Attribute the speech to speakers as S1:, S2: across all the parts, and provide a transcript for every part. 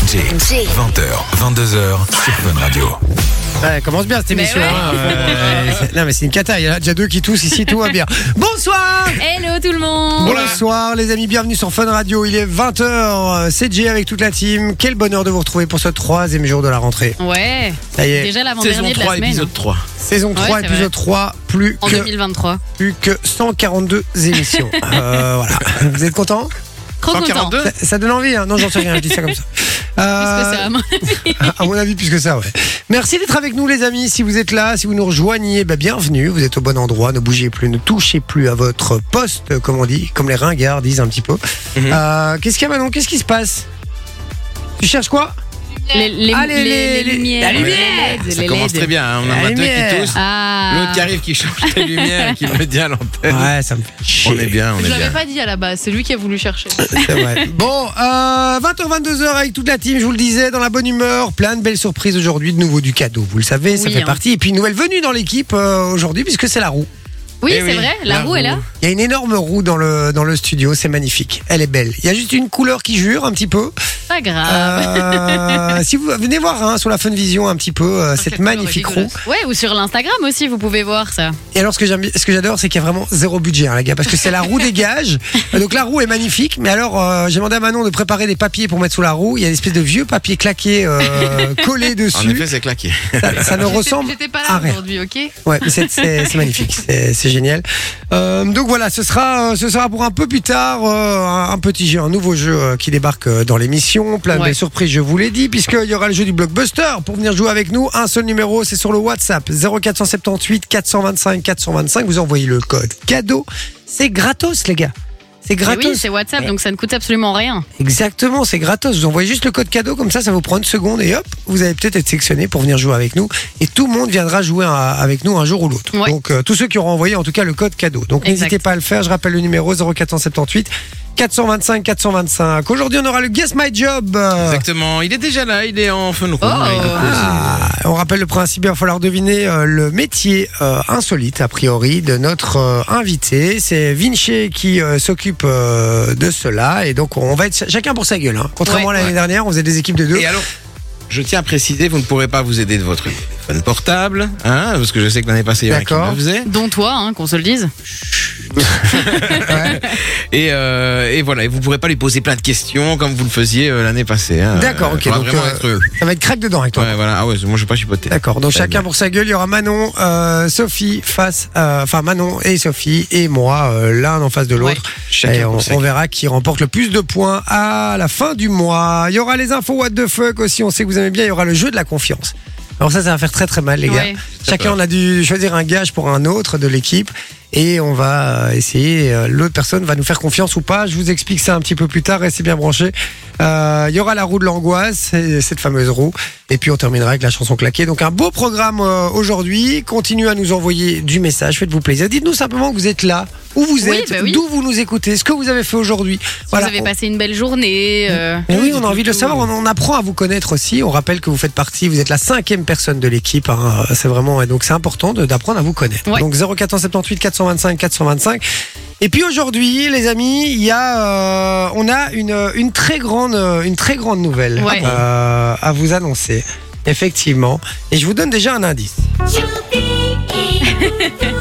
S1: Roger.
S2: 20h, 22h sur Fun Radio.
S3: Ouais, commence bien cette
S4: Mais
S3: émission.
S4: ouais.
S3: hein, euh, c'est- non, mais c'est une cata. Il y en a déjà deux qui toussent ici, tout va bien. Bonsoir
S4: Hello tout le monde
S3: Bonsoir les amis, bienvenue sur Fun Radio. Il est 20h, c'est Jay avec toute la team. Quel bonheur de vous retrouver pour ce troisième jour de la rentrée.
S4: Ouais,
S3: Ça y est,
S4: déjà l'avant-dernier de la semaine.
S5: 3.
S3: saison 3,
S4: c'est
S3: épisode
S4: vrai.
S3: 3, plus
S4: En
S3: que,
S4: 2023.
S3: plus que 142 émissions. Euh, voilà. Vous êtes contents
S4: Trop content.
S3: ça, ça donne envie, hein Non, j'en sais rien, je dis ça comme ça. Euh,
S4: Puisque ça m'a-
S3: Ah, À mon avis, plus que ça, ouais. Merci d'être avec nous, les amis. Si vous êtes là, si vous nous rejoignez, bah, bienvenue. Vous êtes au bon endroit. Ne bougez plus, ne touchez plus à votre poste, comme on dit, comme les ringards disent un petit peu.
S5: Mhm.
S3: Euh, Qu'est-ce qu'il y a, Manon Qu'est-ce qui se passe Tu cherches quoi
S4: les, les,
S3: Allez,
S4: les-
S3: les-
S4: les
S3: la
S4: lumières. les
S3: lumière
S4: LED,
S5: Ça
S4: les
S5: commence
S4: LED.
S5: très bien. hein. On en
S3: La
S5: a deux
S3: lumière.
S5: qui toussent.
S4: Ah.
S5: L'autre qui arrive qui change les lumières et qui me dit à l'antenne.
S3: Ouais, ça me fait chier.
S5: Euh, On est bien, on
S6: Je
S5: est bien.
S6: l'avais pas dit à la base, c'est lui qui a voulu chercher.
S3: C'est vrai. Bon, euh, 20h-22h avec toute la team, je vous le disais, dans la bonne humeur, plein de belles surprises aujourd'hui, de nouveau du cadeau, vous le savez, ça
S4: Oui,
S3: fait
S4: hein.
S3: partie. Et puis une nouvelle venue dans l'équipe euh, aujourd'hui, puisque c'est la roue.
S4: Oui,
S5: Eh
S4: c'est
S5: oui,
S4: vrai, la,
S5: la
S4: roue, est là.
S5: roue.
S3: Il y a une énorme roue dans le, dans le studio, c'est magnifique, elle est belle. Il y a juste une couleur qui jure un petit peu.
S4: Pas grave.
S5: Ah.
S3: Euh, si vous venez voir hein, sur la Fun Vision un petit peu euh, cette
S6: couleur est
S3: magnifique roue.
S6: dégueulasse.
S4: Ouais, ou sur l'Instagram aussi, vous pouvez voir ça.
S3: Et alors ce que j'aime, ce que j'adore, c'est qu'il y a vraiment zéro budget, hein, les gars, parce que c'est la roue des gages. Euh, Donc la roue est magnifique, mais alors euh, j'ai demandé à Manon de préparer des papiers pour mettre sous la roue. Il y a des espèces de vieux papiers claqués euh, collés
S5: En
S3: dessus.
S5: effet, c'est claqué.
S3: Ça, ça ne
S6: J'étais-
S3: ressemble.
S6: J'étais
S3: à
S6: pas là
S3: rien.
S6: aujourd'hui, ok
S4: Eh
S3: Ouais, mais c'est, c'est- c'est magnifique, c'est, c'est génial. Euh, donc voilà, ce sera, euh, ce sera pour un peu plus tard euh, un- un petit jeu, un nouveau jeu euh, qui débarque euh, dans l'émission. Plein de
S6: Ouais.
S3: belles surprises, je vous l'ai dit, puisqu'il y aura le jeu du blockbuster. Pour venir jouer avec nous, un seul numéro, c'est sur le WhatsApp 0478 425 425. Vous envoyez le code cadeau. C'est gratos, les gars. C'est
S4: Et
S3: gratos.
S4: oui, c'est WhatsApp, donc ça ne coûte absolument rien.
S3: Exactement, c'est gratos. Vous envoyez juste le code cadeau, comme ça, ça vous prend une seconde et hop, vous allez peut-être être sélectionné pour venir jouer avec nous. Et tout le monde viendra jouer à- avec nous un jour ou l'autre.
S4: Ouais.
S3: Donc, euh, tous ceux qui auront envoyé en tout cas le code cadeau. Donc,
S4: Exact.
S3: n'hésitez pas à le faire. Je rappelle le numéro 0478 425 425. Aujourd'hui, on aura le Guess My Job. euh,
S5: Exactement. Il est déjà là, il est en fun room.
S4: Oh.
S5: Et du coup,
S3: ah, on rappelle le principe, il va falloir deviner euh, le métier euh, insolite, a priori, de notre euh, invité. C'est Vinci qui euh, s'occupe euh, de cela. Et donc, on va être ch- chacun pour sa gueule. hein. Contrairement
S4: Ouais.
S3: à l'année dernière, on faisait des équipes de
S5: c'est-
S3: deux.
S5: Et alors, je tiens à préciser, vous ne pourrez pas vous aider de votre téléphone portable, hein, parce que je sais que l'année passée, il y en a qui
S3: D'accord.
S5: le faisait.
S4: Dont toi, hein, qu'on se le dise.
S3: Ouais.
S5: Et, euh, et voilà, et vous ne pourrez pas lui poser plein de questions comme vous le faisiez euh, l'année passée. hein.
S3: D'accord,
S5: Euh,
S3: ok,
S5: faudra
S3: donc,
S5: vraiment
S3: euh,
S5: être-
S3: Ça va être crack dedans avec toi.
S5: Ouais, voilà. Ah ouais, moi, je ne vais pas chipoter.
S3: D'accord. Donc,
S5: Ouais,
S3: chacun
S5: bien.
S3: pour sa gueule. Il y aura Manon, euh, Sophie face, euh, enfin, Manon et Sophie et moi, euh, l'un en face de l'autre. Et
S5: Chacun
S3: Eh, on,
S5: pour sa
S3: on
S5: gueule.
S3: verra qui remporte le plus de points à la fin du mois. Il y aura les infos what the fuck aussi. On sait que vous aimez bien. Il y aura le jeu de la confiance. Alors ça, ça va faire très très mal les
S4: Ouais.
S3: gars. Chacun on a dû choisir un gage pour un autre de l'équipe et on va euh, essayer. euh, L'autre personne va nous faire confiance ou pas. Je vous explique ça un petit peu plus tard. Restez bien branchés. Euh, il y aura la roue de l'angoisse, et cette fameuse roue. Et puis on terminera avec la chanson claquée. Donc un beau programme euh, aujourd'hui. Continuez à nous envoyer du message. Faites-vous plaisir. Dites-nous simplement que vous êtes là, où vous
S4: Oui,
S3: êtes,
S4: bah oui.
S3: d'où vous nous écoutez, ce que vous avez fait aujourd'hui. Voilà.
S4: Vous avez passé une belle journée. euh,
S3: Mais oui, on a envie de le savoir. On, on apprend à vous connaître aussi. On rappelle que vous faites partie, vous êtes la cinquième personne de l'équipe. hein. C'est vraiment, et donc c'est important de- d'apprendre à vous connaître.
S4: Ouais.
S3: Donc 0478 425 425. Et puis aujourd'hui, les amis, il y a, euh, on a une, une très grande, une très grande nouvelle
S4: Ouais.
S3: euh, à vous annoncer. Effectivement. Et je vous donne déjà un indice.
S7: Choupi et Doudou,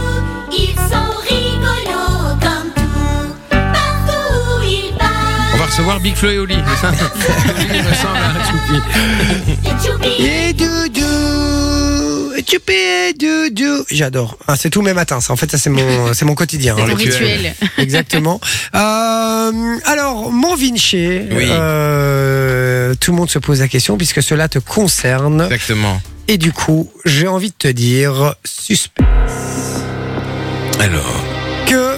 S7: ils sont rigolos comme tout. Partout où ils
S5: On
S7: passent,
S5: va recevoir Big Flo et Oli, c'est ça Il me semble, hein, Tchoupi.
S7: c'est Choupi
S3: Et doudou, et tu et doudou. J'adore. Ah, c'est tous mes matins. Ça, en fait, ça c'est mon, c'est mon quotidien. hein,
S4: C'est ton
S3: le-
S4: rituel.
S3: Exactement. Euh, alors, mon Vinci,
S5: Oui.
S3: euh, tout le monde se pose la question puisque cela te concerne.
S5: Exactement.
S3: Et du coup, j'ai envie de te dire, suspect,
S5: Alors,
S3: que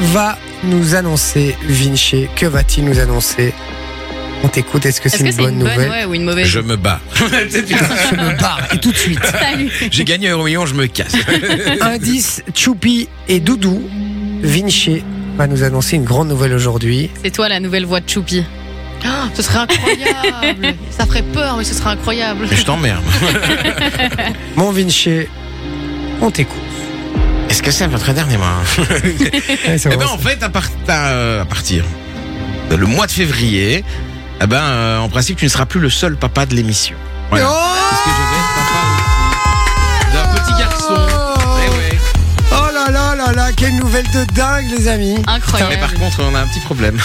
S3: va nous annoncer Vinci Que va-t-il nous annoncer On t'écoute, est-ce que c'est
S4: Est-ce que
S3: une
S4: c'est
S3: bonne
S4: une bonne
S3: nouvelle
S4: ouais, ou une mauvaise
S5: je me bats.
S3: Je me barre, et tout de suite.
S4: Salut.
S5: J'ai gagné un million, je me casse.
S3: Indice, Choupi et Doudou, Vinci va nous annoncer une grande nouvelle aujourd'hui.
S4: C'est toi la nouvelle voix de Choupi.
S6: Ah, ce serait incroyable. Ça ferait peur, mais ce serait incroyable.
S5: Mais je t'emmerde.
S3: Mon Vinci, on t'écoute.
S5: Est-ce que c'est votre dernier mois hein
S3: Ouais, c'est
S5: Eh ben
S3: vraiment
S5: en fait, à, part- à, euh, à partir de le mois de février, eh ben, euh, en principe, tu ne seras plus le seul papa de l'émission. Voilà. Parce
S3: Oh,
S5: que je vais être papa aussi d'un petit garçon. Eh ouais.
S3: Oh là là là là, quelle nouvelle de dingue, les amis.
S4: Incroyable.
S5: Mais par contre, on a un petit problème.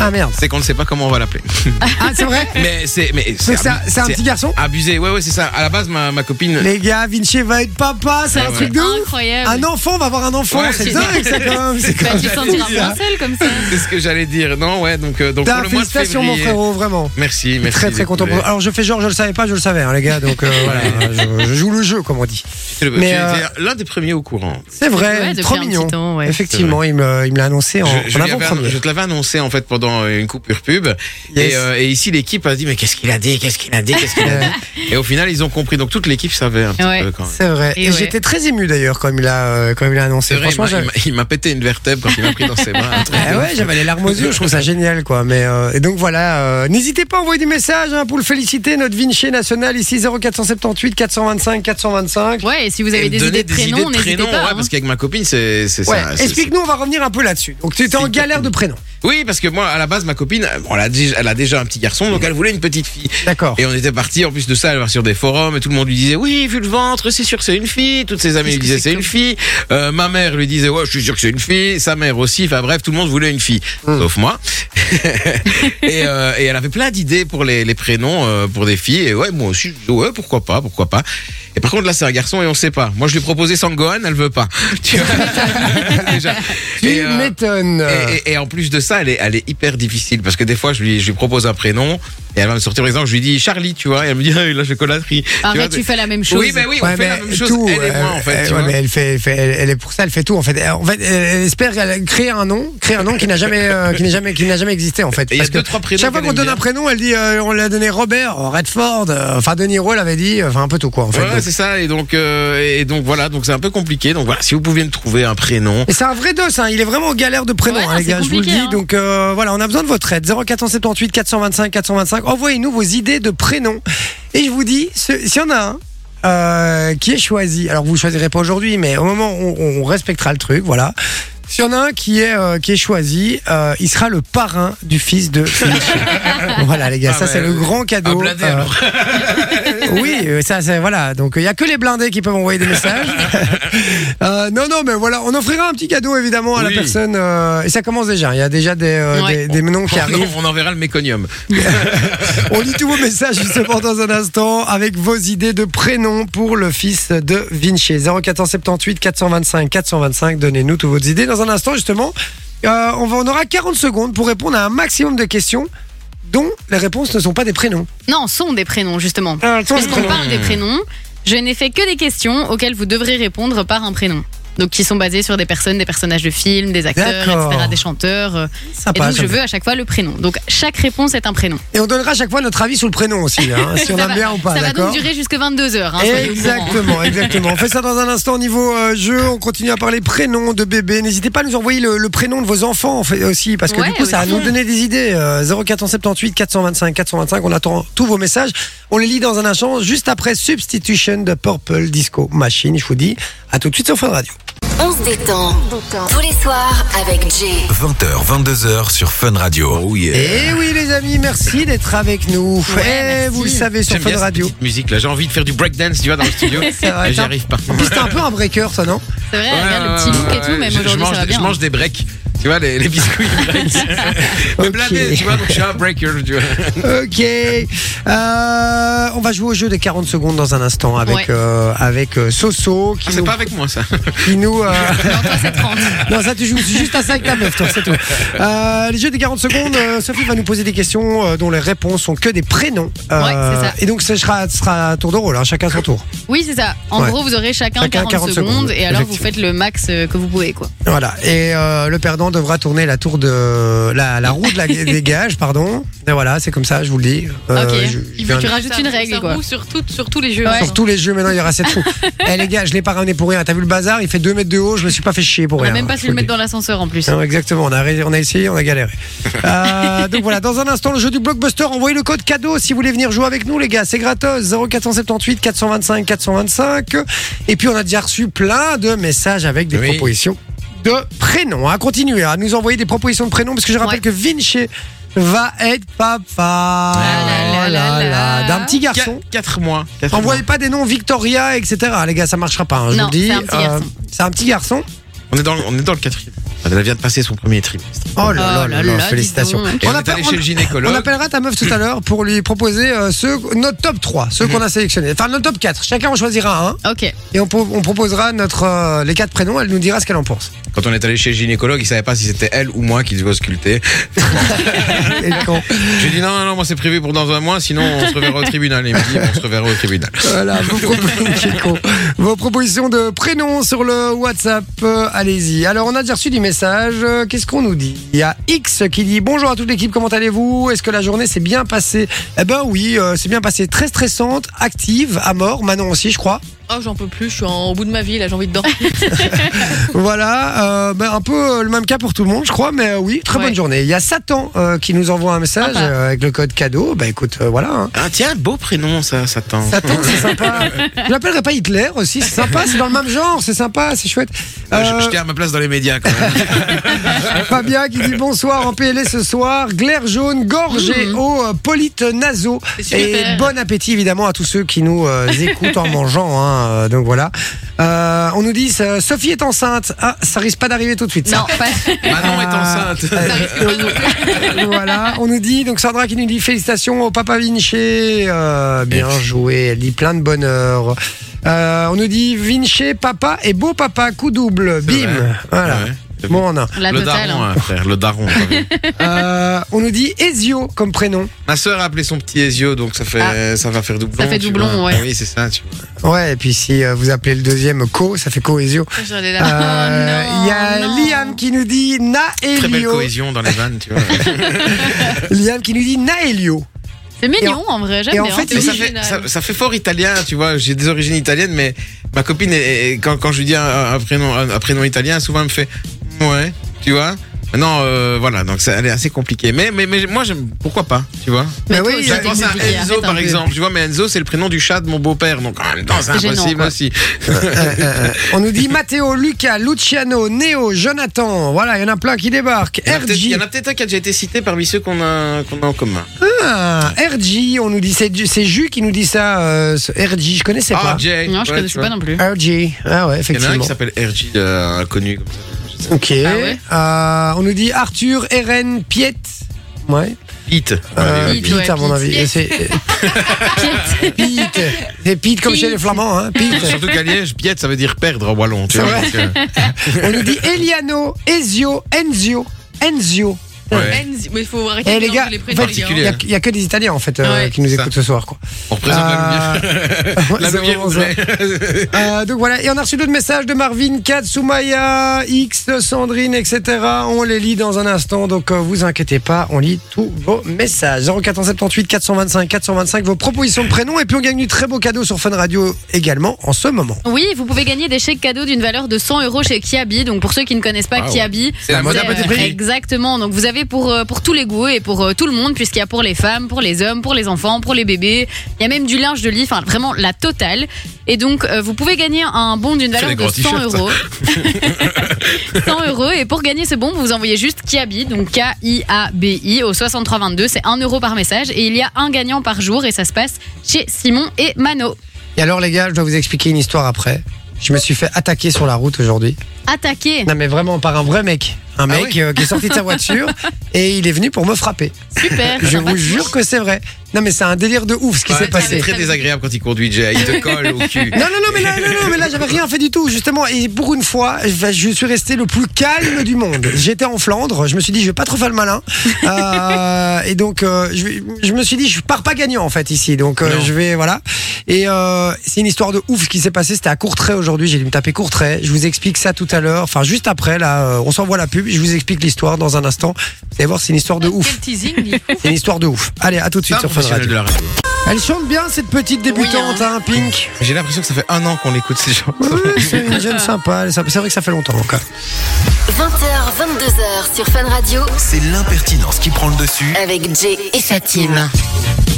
S3: Ah merde.
S5: C'est qu'on ne sait pas comment on va l'appeler.
S3: Ah, c'est vrai
S5: Mais c'est, mais
S3: Donc, c'est un-
S5: abus-
S3: c'est un
S5: c'est
S3: petit garçon
S5: abusé. Ouais, ouais, c'est ça. À la base, ma, ma copine.
S3: Les gars, Vinci va être papa, c'est
S5: Ah
S3: un
S5: ouais.
S3: truc de ouf.
S4: Incroyable.
S3: Un enfant va avoir un enfant,
S5: Ouais,
S3: c'est
S5: c'est
S3: dingue ça quand même. C'est
S4: Bah,
S3: quand
S4: tu
S3: même
S4: te sentiras
S3: fou, ça.
S4: moins seul comme ça.
S5: C'est ce que j'allais dire. Non, ouais. Donc, euh, donc pour
S3: Putain,
S5: le mois de
S3: Félicitations mon
S5: février.
S3: frérot, vraiment.
S5: Merci, merci.
S3: très très
S5: les
S3: content. pour
S5: poulets.
S3: vous. Alors je fais genre je le savais pas, je le savais hein, les gars, donc euh, voilà, je, je joue le jeu comme on dit.
S5: Tu
S3: Mais,
S5: étais
S3: euh,
S5: l'un des premiers au courant.
S3: C'est vrai,
S4: Ouais, depuis
S3: trop
S4: un
S3: mignon.
S4: petit temps, ouais.
S3: Effectivement, il me il me l'a annoncé en,
S5: Je, je lui
S3: en
S5: avais annon-
S3: avant-première.
S5: je te l'avais annoncé en fait pendant euh, une coupure pub.
S3: Yes.
S5: Et, euh, et ici l'équipe a dit mais qu'est-ce qu'il a dit, qu'est-ce qu'il a dit, qu'est-ce qu'il a
S3: Ouais.
S5: dit. Et au final ils ont compris. Donc toute l'équipe savait un petit
S4: Ouais.
S5: peu quand même.
S3: C'est vrai. Et,
S4: Et ouais.
S3: j'étais très ému d'ailleurs quand il me l'a euh, quand il me l'a annoncé.
S5: C'est vrai, il
S3: Franchement,
S5: m'a- il
S3: j'avais-
S5: m'a- il m'a pété une vertèbre quand il m'a pris dans ses bras. un truc
S3: Ah
S5: de
S3: ouais,
S5: ouf.
S3: j'avais les larmes aux yeux, je trouve ça génial quoi. Mais euh, et donc voilà, euh, n'hésitez pas à envoyer des messages hein, pour le féliciter notre Vinci national ici 0478 425 425.
S4: Ouais, et si vous avez
S5: Et
S4: des
S5: donner
S4: idées de prénoms, n'hésitez
S5: ouais,
S4: pas. hein.
S5: parce qu'avec ma copine, c'est c'est
S3: Ouais,
S5: ça. c'est-
S3: explique-nous, on va revenir un peu là-dessus. Donc tu étais en
S5: C'est-
S3: galère de prénom.
S5: c'est- Oui, parce que moi, à la base, ma copine, euh, bon, elle, a déjà, elle a déjà un petit garçon, donc elle voulait une petite fille.
S3: D'accord.
S5: Et on était parti. En plus de ça, elle va sur des forums et tout le monde lui disait oui, vu le ventre, c'est sûr que c'est une fille. Toutes ses amies lui disaient c'est une fille. Euh, ma mère lui disait ouais, je suis sûr que c'est une fille. Sa mère aussi. Enfin bref, tout le monde voulait une fille,
S3: Hmm.
S5: sauf moi. et, euh, et elle avait plein d'idées pour les, les prénoms euh, pour des filles. Et ouais, moi aussi, je disais, ouais, pourquoi pas, pourquoi pas. Et par contre là, c'est un garçon et on sait pas. Moi, je lui ai proposé Sangohan, elle veut pas. Tu vois déjà.
S3: Tu
S5: Et, euh,
S3: m'étonnes.
S5: et, et- et en plus de ça, elle est, elle est hyper difficile parce que des fois, je lui, je lui propose un prénom et elle va me sortir, par exemple, je lui dis Charlie, tu vois, et elle me dit, ah, la chocolaterie. vois,
S4: Arrête, tu fais la même chose.
S5: Oui, mais oui, on
S3: Ouais,
S5: fait la
S3: mais
S5: même chose,
S3: tout,
S5: elle et moi, en fait.
S3: euh,
S5: tu
S3: ouais,
S5: vois.
S3: mais elle fait, elle fait- elle, elle est pour ça, elle fait tout en fait. Elle- En fait, euh, elle espère elle- créer un nom, créer un nom qui n'a jamais, euh, qui n'est jamais, qui n'a jamais existé en fait.
S5: Et il y a
S3: Parce
S5: deux,
S3: que
S5: trois prénoms
S3: Chaque fois
S5: qu'elle
S3: qu'on donne
S5: aime
S3: un prénom, elle dit, euh, on l'a donné Robert, euh, Redford, euh, enfin De Niro l'avait dit, euh, enfin un peu tout quoi en fait.
S5: Ouais,
S3: Donc-
S5: c'est ça, et donc, euh, et donc voilà, donc c'est un peu compliqué. Donc voilà, si vous pouviez me trouver un prénom.
S3: Mais c'est un vrai dos, hein. il est vraiment en galère de prénom,
S4: Ouais,
S3: hein, les
S4: c'est
S3: gars, je vous le dis.
S4: compliqué, hein.
S3: Donc euh, voilà, on a besoin de votre aide. 0478 425 425. Envoyez-nous vos idées de prénoms. Et je vous dis, ce- s'il y en a un euh, qui est choisi, alors vous ne choisirez pas aujourd'hui, mais au moment où on, on respectera le truc, voilà. S'il y en a un qui est, euh, qui est choisi, euh, il sera le parrain du fils de Philippe. voilà les gars,
S5: Ah,
S3: ça c'est
S5: mais,
S3: le grand
S5: un
S3: cadeau.
S5: blindé,
S3: Euh,
S5: alors.
S3: oui, euh, ça, c'est voilà. Donc il y a que les blindés qui peuvent envoyer des messages. Euh, non, non, mais voilà, on offrira un petit cadeau évidemment à la
S5: Oui.
S3: personne. euh, et ça commence déjà. Il y a déjà des, euh,
S4: Ouais.
S3: des, des noms qui
S5: Non,
S3: arrivent.
S5: on enverra le méconium.
S3: On lit tous vos messages justement dans un instant avec vos idées de prénom pour le fils de Vinci. 0478 425 425. Donnez-nous toutes vos idées dans un instant justement. euh, on, va, on aura 40 secondes pour répondre à un maximum de questions dont les réponses ne sont pas des prénoms.
S4: Non, sont des prénoms, justement.
S3: Ah, sont
S4: Parce
S3: des
S4: qu'on
S3: prénoms.
S4: parle des prénoms. Je n'ai fait que des questions auxquelles vous devrez répondre par un prénom. Donc, qui sont basées sur des personnes, des personnages de films, des acteurs,
S3: D'accord. Ah,
S4: etc., des chanteurs. euh, Et
S3: Sympa,
S4: donc, je
S3: sympa.
S4: veux à chaque fois le prénom. Donc, chaque réponse est un prénom.
S3: Et on donnera à chaque fois notre avis sur le prénom aussi, hein, si on
S4: Ça
S3: aime
S4: va-
S3: bien ou pas,
S4: Ça va donc
S3: d'accord
S4: durer jusque 22 heures. hein, soyez au courant.
S3: Exactement, exactement. On fait ça dans un instant au niveau euh, jeu. On continue à parler prénom de bébé. N'hésitez pas à nous envoyer le, le prénom de vos enfants en fait, aussi, parce que
S4: Ouais,
S3: du coup, ça va
S4: aussi.
S3: nous donner des idées. Euh, 0478 425 425. On attend tous vos messages. On les lit dans un instant juste après Substitution de Purple Disco Machine. Je vous dis à tout de suite sur Fun Radio.
S1: On se détend tous les soirs avec Jay.
S2: 20h, 22h sur Fun Radio. Oh
S3: Et Eh oui, les amis, merci d'être avec nous.
S4: Ouais,
S3: Eh, vous le
S4: merci.
S3: savez sur
S5: J'aime bien
S3: Fun
S5: cette
S3: Radio.
S5: petite musique là. J'ai envie de faire du breakdance, tu vois, dans le studio.
S3: vrai,
S5: Mais j'y
S3: t'as-
S5: arrive pas.
S3: En plus, t'es un peu un breaker, toi, non
S4: C'est vrai,
S5: Ouais,
S4: Eh, regarde
S5: ouais,
S4: le petit look et
S5: ouais,
S4: tout, même
S5: je- je
S4: aujourd'hui, ça
S5: mange
S4: va
S5: des-
S4: bien. hein.
S5: Je mange des breaks. Tu vois, les, les biscuits breaks. Mais
S3: Ok.
S5: blindé, tu vois, donc je suis un breaker, tu vois.
S3: Ok. Euh, on va jouer au jeu des 40 secondes dans un instant avec,
S4: Ouais.
S3: euh, avec euh, Soso qui
S5: Ah,
S3: nous.
S5: c'est pas avec moi, ça.
S3: qui nous, euh,
S4: Non, toi, c'est 30.
S3: non, ça, tu joues juste à ça avec ta meuf, toi, c'est tout. Euh, les jeux des 40 secondes, euh, Sophie va nous poser des questions euh, dont les réponses sont que des prénoms. Euh,
S4: Ouais, c'est ça.
S3: Et donc, ce sera, ce sera tour de rôle, hein, chacun son tour.
S4: Oui, c'est ça. En
S3: Ouais.
S4: gros, vous aurez chacun,
S3: Chacun
S4: 40,
S3: 40
S4: secondes,
S3: secondes,
S4: et alors vous
S3: effectivement.
S4: faites le max euh, que vous pouvez, quoi.
S3: Voilà. Et euh, le perdant devra tourner la tour de. la, la roue de la, des gages, pardon. Et voilà, c'est comme ça, je vous le dis. Euh,
S4: Ok.
S3: je- je
S4: Il
S3: viens
S4: faut que tu
S3: de-
S4: rajoutes
S6: Ça-
S4: une
S6: ça
S4: règle, quoi.
S6: roule sur, tout- sur tous les jeux.
S4: Ouais.
S3: Sur tous les jeux, maintenant, il y aura cette roue. Eh les gars, je l'ai pas ramené pour rien. T'as vu le bazar Il fait 2 mètres de haut, je me suis pas fait chier pour
S4: On n'a
S3: rien.
S4: même pas
S3: Je
S4: su
S3: vous
S4: le
S3: le
S4: mettre dans l'ascenseur en plus.
S3: dis. Non, exactement, on a, ré- on a essayé, on a galéré. Euh, donc voilà, dans un instant, le jeu du blockbuster, envoyez le code cadeau si vous voulez venir jouer avec nous, les gars. C'est gratos, 0478 425 425. Et puis, on a déjà reçu plein de messages avec des
S5: Oui.
S3: propositions de prénoms. Hein. Continuez à nous envoyer des propositions de prénoms, parce que je rappelle
S4: Ouais. Ah
S3: que Vinci va être papa.
S4: là là là là.
S3: D'un petit garçon.
S5: 4 mois. Quatre
S3: Envoyez pas des noms Victoria, etc. Les gars, ça marchera pas, hein, je
S4: Non,
S3: vous le dis.
S4: c'est un petit
S3: Euh,
S4: garçon.
S3: c'est un petit garçon.
S5: On est dans le, on est dans le quatrième. Elle vient de passer son premier trimestre.
S3: Oh là là
S4: Oh
S3: là,
S4: là
S3: là,
S4: là, dis
S3: félicitations.
S4: donc.
S5: Et on, est
S3: appelle-
S5: allé chez le
S3: on-
S5: gynécologue.
S3: on appellera ta meuf tout à l'heure pour lui proposer euh, ceux, notre top 3, ceux qu'on a sélectionnés. Enfin, notre top 4. Chacun en choisira un
S4: Ok.
S3: et on, pro- on proposera notre, euh, les quatre prénoms. Elle nous dira ce qu'elle en pense.
S5: Quand on est allé chez le gynécologue, il savait pas si c'était elle ou moi qui devait ausculter.
S3: Et quand-
S5: J'ai dit non, non, non, moi c'est prévu pour dans un mois, sinon on se reverra au tribunal. Il m'a dit on se reverra au tribunal.
S3: Voilà, vos, propos- Quel con. Vos propositions de prénoms sur le WhatsApp, euh, allez-y. Alors, on a déjà reçu des messages. Euh, Qu'est-ce qu'on nous dit Il y a X qui dit Bonjour à toute l'équipe, comment allez-vous Est-ce que la journée s'est bien passée Eh ben oui, euh, c'est bien passé. Très stressante, active, à mort. Manon aussi, je crois.
S6: Oh, j'en peux plus, je suis en- au bout de ma vie, là, j'ai envie de dormir.
S3: Voilà, euh, ben, un peu euh, le même cas pour tout le monde, je crois, mais euh, oui, très
S6: Ouais.
S3: bonne journée. Il y a Satan euh, qui nous envoie un message
S6: Sympa.
S3: euh, avec le code cadeau. Ben écoute, euh, voilà. hein.
S5: Ah tiens, beau prénom ça, Satan.
S3: Satan, c'est sympa. Je l'appellerai pas Hitler aussi, c'est sympa, c'est dans le même genre, c'est sympa, c'est chouette.
S5: Euh,
S3: Euh,
S5: je- J'étais à ma place dans les médias quand même.
S3: Fabien qui dit bonsoir en PLS ce soir, glaire jaune, gorge et eau euh, polyte naso.
S6: Mmh. C'est
S3: Et
S6: super.
S3: bon appétit évidemment à tous ceux qui nous euh, écoutent en mangeant. hein, euh, donc voilà. Euh, on nous dit euh, Sophie est enceinte. Ah, ça risque pas d'arriver tout de suite. ça.
S4: Non, pas.
S5: Manon est
S3: Ah.
S5: enceinte.
S3: Euh, voilà, on nous dit donc Sandra qui nous dit félicitations au Papa Vinci, euh, bien joué, elle dit plein de bonheur. Euh, on nous dit Vinci, papa et beau papa, coup double, bim.
S5: vrai.
S3: Voilà.
S5: Ouais, c'est
S3: Bon, on a.
S4: La
S5: le
S4: totale.
S5: daron,
S4: hein.
S5: hein, frère, le daron. quand même.
S3: Euh, on nous dit Ezio comme prénom.
S5: Ma sœur a appelé son petit Ezio, donc ça fait, ça va faire doublon.
S4: Ah. Ça fait
S5: tu
S4: doublon,
S5: vois.
S4: ouais.
S5: Ah oui, c'est ça. Tu vois.
S3: Ouais, et puis si euh, vous appelez le deuxième Co, ça fait Co Ezio.
S5: Oh hein.
S6: J'allais
S3: Euh,
S6: là.
S3: Il y a
S4: Oh, non.
S3: Liam qui nous dit
S5: Très belle
S3: Naelio.
S5: cohésion dans les vannes, tu vois.
S3: Liam qui nous dit Naelio.
S4: C'est mignon en vrai, j'aime
S3: et
S4: bien.
S3: en fait,
S4: C'est
S5: Mais ça, fait,
S6: Original.
S5: ça- ça fait fort italien, tu vois. J'ai des origines italiennes, mais ma copine, est- est- quand, quand je lui dis un, un prénom, un, un prénom italien, souvent elle me fait ouais, tu vois. Maintenant, euh, voilà, donc ça, elle est assez compliquée. Mais, mais, mais moi, j'aime, pourquoi pas, tu vois.
S3: Mais
S4: toi
S3: Ben oui, euh,
S4: aussi,
S3: ça
S5: J'ai
S4: t'es
S5: pensé à
S4: compliqué,
S5: Enzo,
S4: arrête un
S5: par
S4: peu.
S5: exemple. Tu vois, mais Enzo, c'est le prénom du chat de mon beau-père. Donc, en même temps, c'est
S4: C'est gênant,
S5: impossible
S4: quoi.
S5: aussi.
S3: Euh, on nous dit Matteo, Luca, Luciano, Neo, Jonathan. Voilà, il y en a plein qui débarquent.
S5: Il y en a peut-être- il y
S3: RG,
S5: en a peut-être un qui a déjà été cité parmi ceux qu'on a, qu'on a en commun.
S3: Ah, RG, on nous dit, c'est Ju- c'est Ju qui nous dit ça. euh, ce RG, je connaissais
S5: Ah,
S3: pas.
S5: Jay.
S4: Non, je
S5: ouais, tu
S4: connaissais
S5: vois.
S4: pas non plus.
S3: RG, ah ouais,
S5: Il y en a un
S3: effectivement.
S5: qui s'appelle RG, euh, inconnu. Comme ça.
S3: Ok.
S6: Ah
S4: ouais
S3: Euh, on nous dit Arthur, Eren, Piet. Ouais.
S5: Pete.
S3: Euh,
S5: Ouais,
S4: Pete,
S3: Pete,
S4: ouais,
S3: à mon
S4: Pete.
S3: avis.
S4: Pete.
S3: C'est Pete. C'est Pete comme chez les Flamands, hein. Pete.
S5: Surtout qu'à Liège, Piet, ça veut dire perdre en wallon. Tu
S3: C'est
S5: vois,
S3: vrai.
S5: donc, euh,
S3: on nous dit Eliano, Ezio, Enzio, Enzio.
S5: ouais.
S6: Enzi- Mais il faut arrêter
S3: Eh
S6: de
S3: les
S6: mélanger
S3: gars,
S6: les
S3: en
S6: prénoms, les gars.
S3: fait, il y a- il y a que des Italiens en fait euh,
S6: Ouais,
S3: qui nous
S5: c'est ça.
S3: écoutent ce soir quoi.
S5: On représente la lumière.
S3: Ouais,
S5: La
S3: Ah, c'est
S5: lumière
S3: vraiment ça. Euh, donc voilà, et on a reçu d'autres messages de Marvin, Kat, Soumaya, X, Sandrine, etc. On les lit dans un instant, donc euh, vous inquiétez pas, on lit tous vos messages. 0478 425 425, vos propositions de prénoms, et puis on gagne du très beau cadeau sur Fun Radio également en ce moment.
S4: Oui, vous pouvez gagner des chèques cadeaux d'une valeur de 100 euros chez Kiabi. Donc pour ceux qui ne connaissent pas
S5: Wow.
S4: Kiabi,
S5: C'est la mode à
S4: euh,
S5: petit prix.
S4: Exactement. Donc vous avez pour euh, pour tous les goûts et pour euh, tout le monde puisqu'il y a pour les femmes, pour les hommes, pour les enfants, pour les bébés. Il y a même du linge de lit, enfin vraiment la totale. Et donc euh, vous pouvez gagner un bon d'une valeur
S5: les
S4: de
S5: gros
S4: 100
S5: t-shirts.
S4: euros. 100 euros et pour gagner ce bon, vous envoyez juste Kiabi, donc K-I-A-B-I au 6322, c'est 1 euro par message et il y a un gagnant par jour et ça se passe chez Simon et Mano.
S3: Et alors les gars, je dois vous expliquer une histoire après. Je me suis fait attaquer sur la route aujourd'hui.
S4: Attaqué
S3: Non mais vraiment par un vrai mec. Un mec
S5: Ah oui
S3: euh, qui est sorti de sa voiture et il est venu pour me frapper.
S4: Super
S3: Je vous
S4: sympathique.
S3: jure que c'est vrai. Non mais c'est un délire de ouf ce qui
S5: Ah, Ouais,
S3: s'est
S5: C'est
S3: passé.
S5: très désagréable quand il conduit, Jay. Il te colle au cul.
S3: Non, non, non, mais là, non, non, mais là, j'avais rien fait du tout, justement. Et pour une fois, je je suis resté le plus calme du monde. J'étais en Flandre, je me suis dit, je vais pas trop faire le malin. Euh, et donc, euh, je, vais- je me suis dit, je pars pas gagnant, en fait, ici. Donc, euh,
S5: Non.
S3: je vais, voilà. Et euh, c'est une histoire de ouf ce qui s'est passé. C'était à Courtrai aujourd'hui, j'ai dû me taper Courtrai. Je vous explique ça tout à l'heure. Enfin, juste après, là, euh, on s'envoie la pub. Je vous explique l'histoire dans un instant. Vous allez voir, c'est une histoire
S4: Ah,
S3: de ouf.
S6: Quel teasing, dis.
S3: C'est une histoire de ouf. Allez, à tout de
S5: C'est
S3: suite
S5: un
S3: sur Fun
S5: professionnel
S3: Radio.
S5: de la radio.
S3: Elle chante bien, cette petite débutante, hein, Pink.
S5: J'ai l'impression que ça fait un an qu'on écoute ces gens.
S3: Ouais, c'est une jeune sympa. C'est vrai que ça fait longtemps encore.
S1: 20h, 22h sur Fun Radio
S2: C'est l'impertinence qui prend le dessus.
S1: avec Jay et sa team.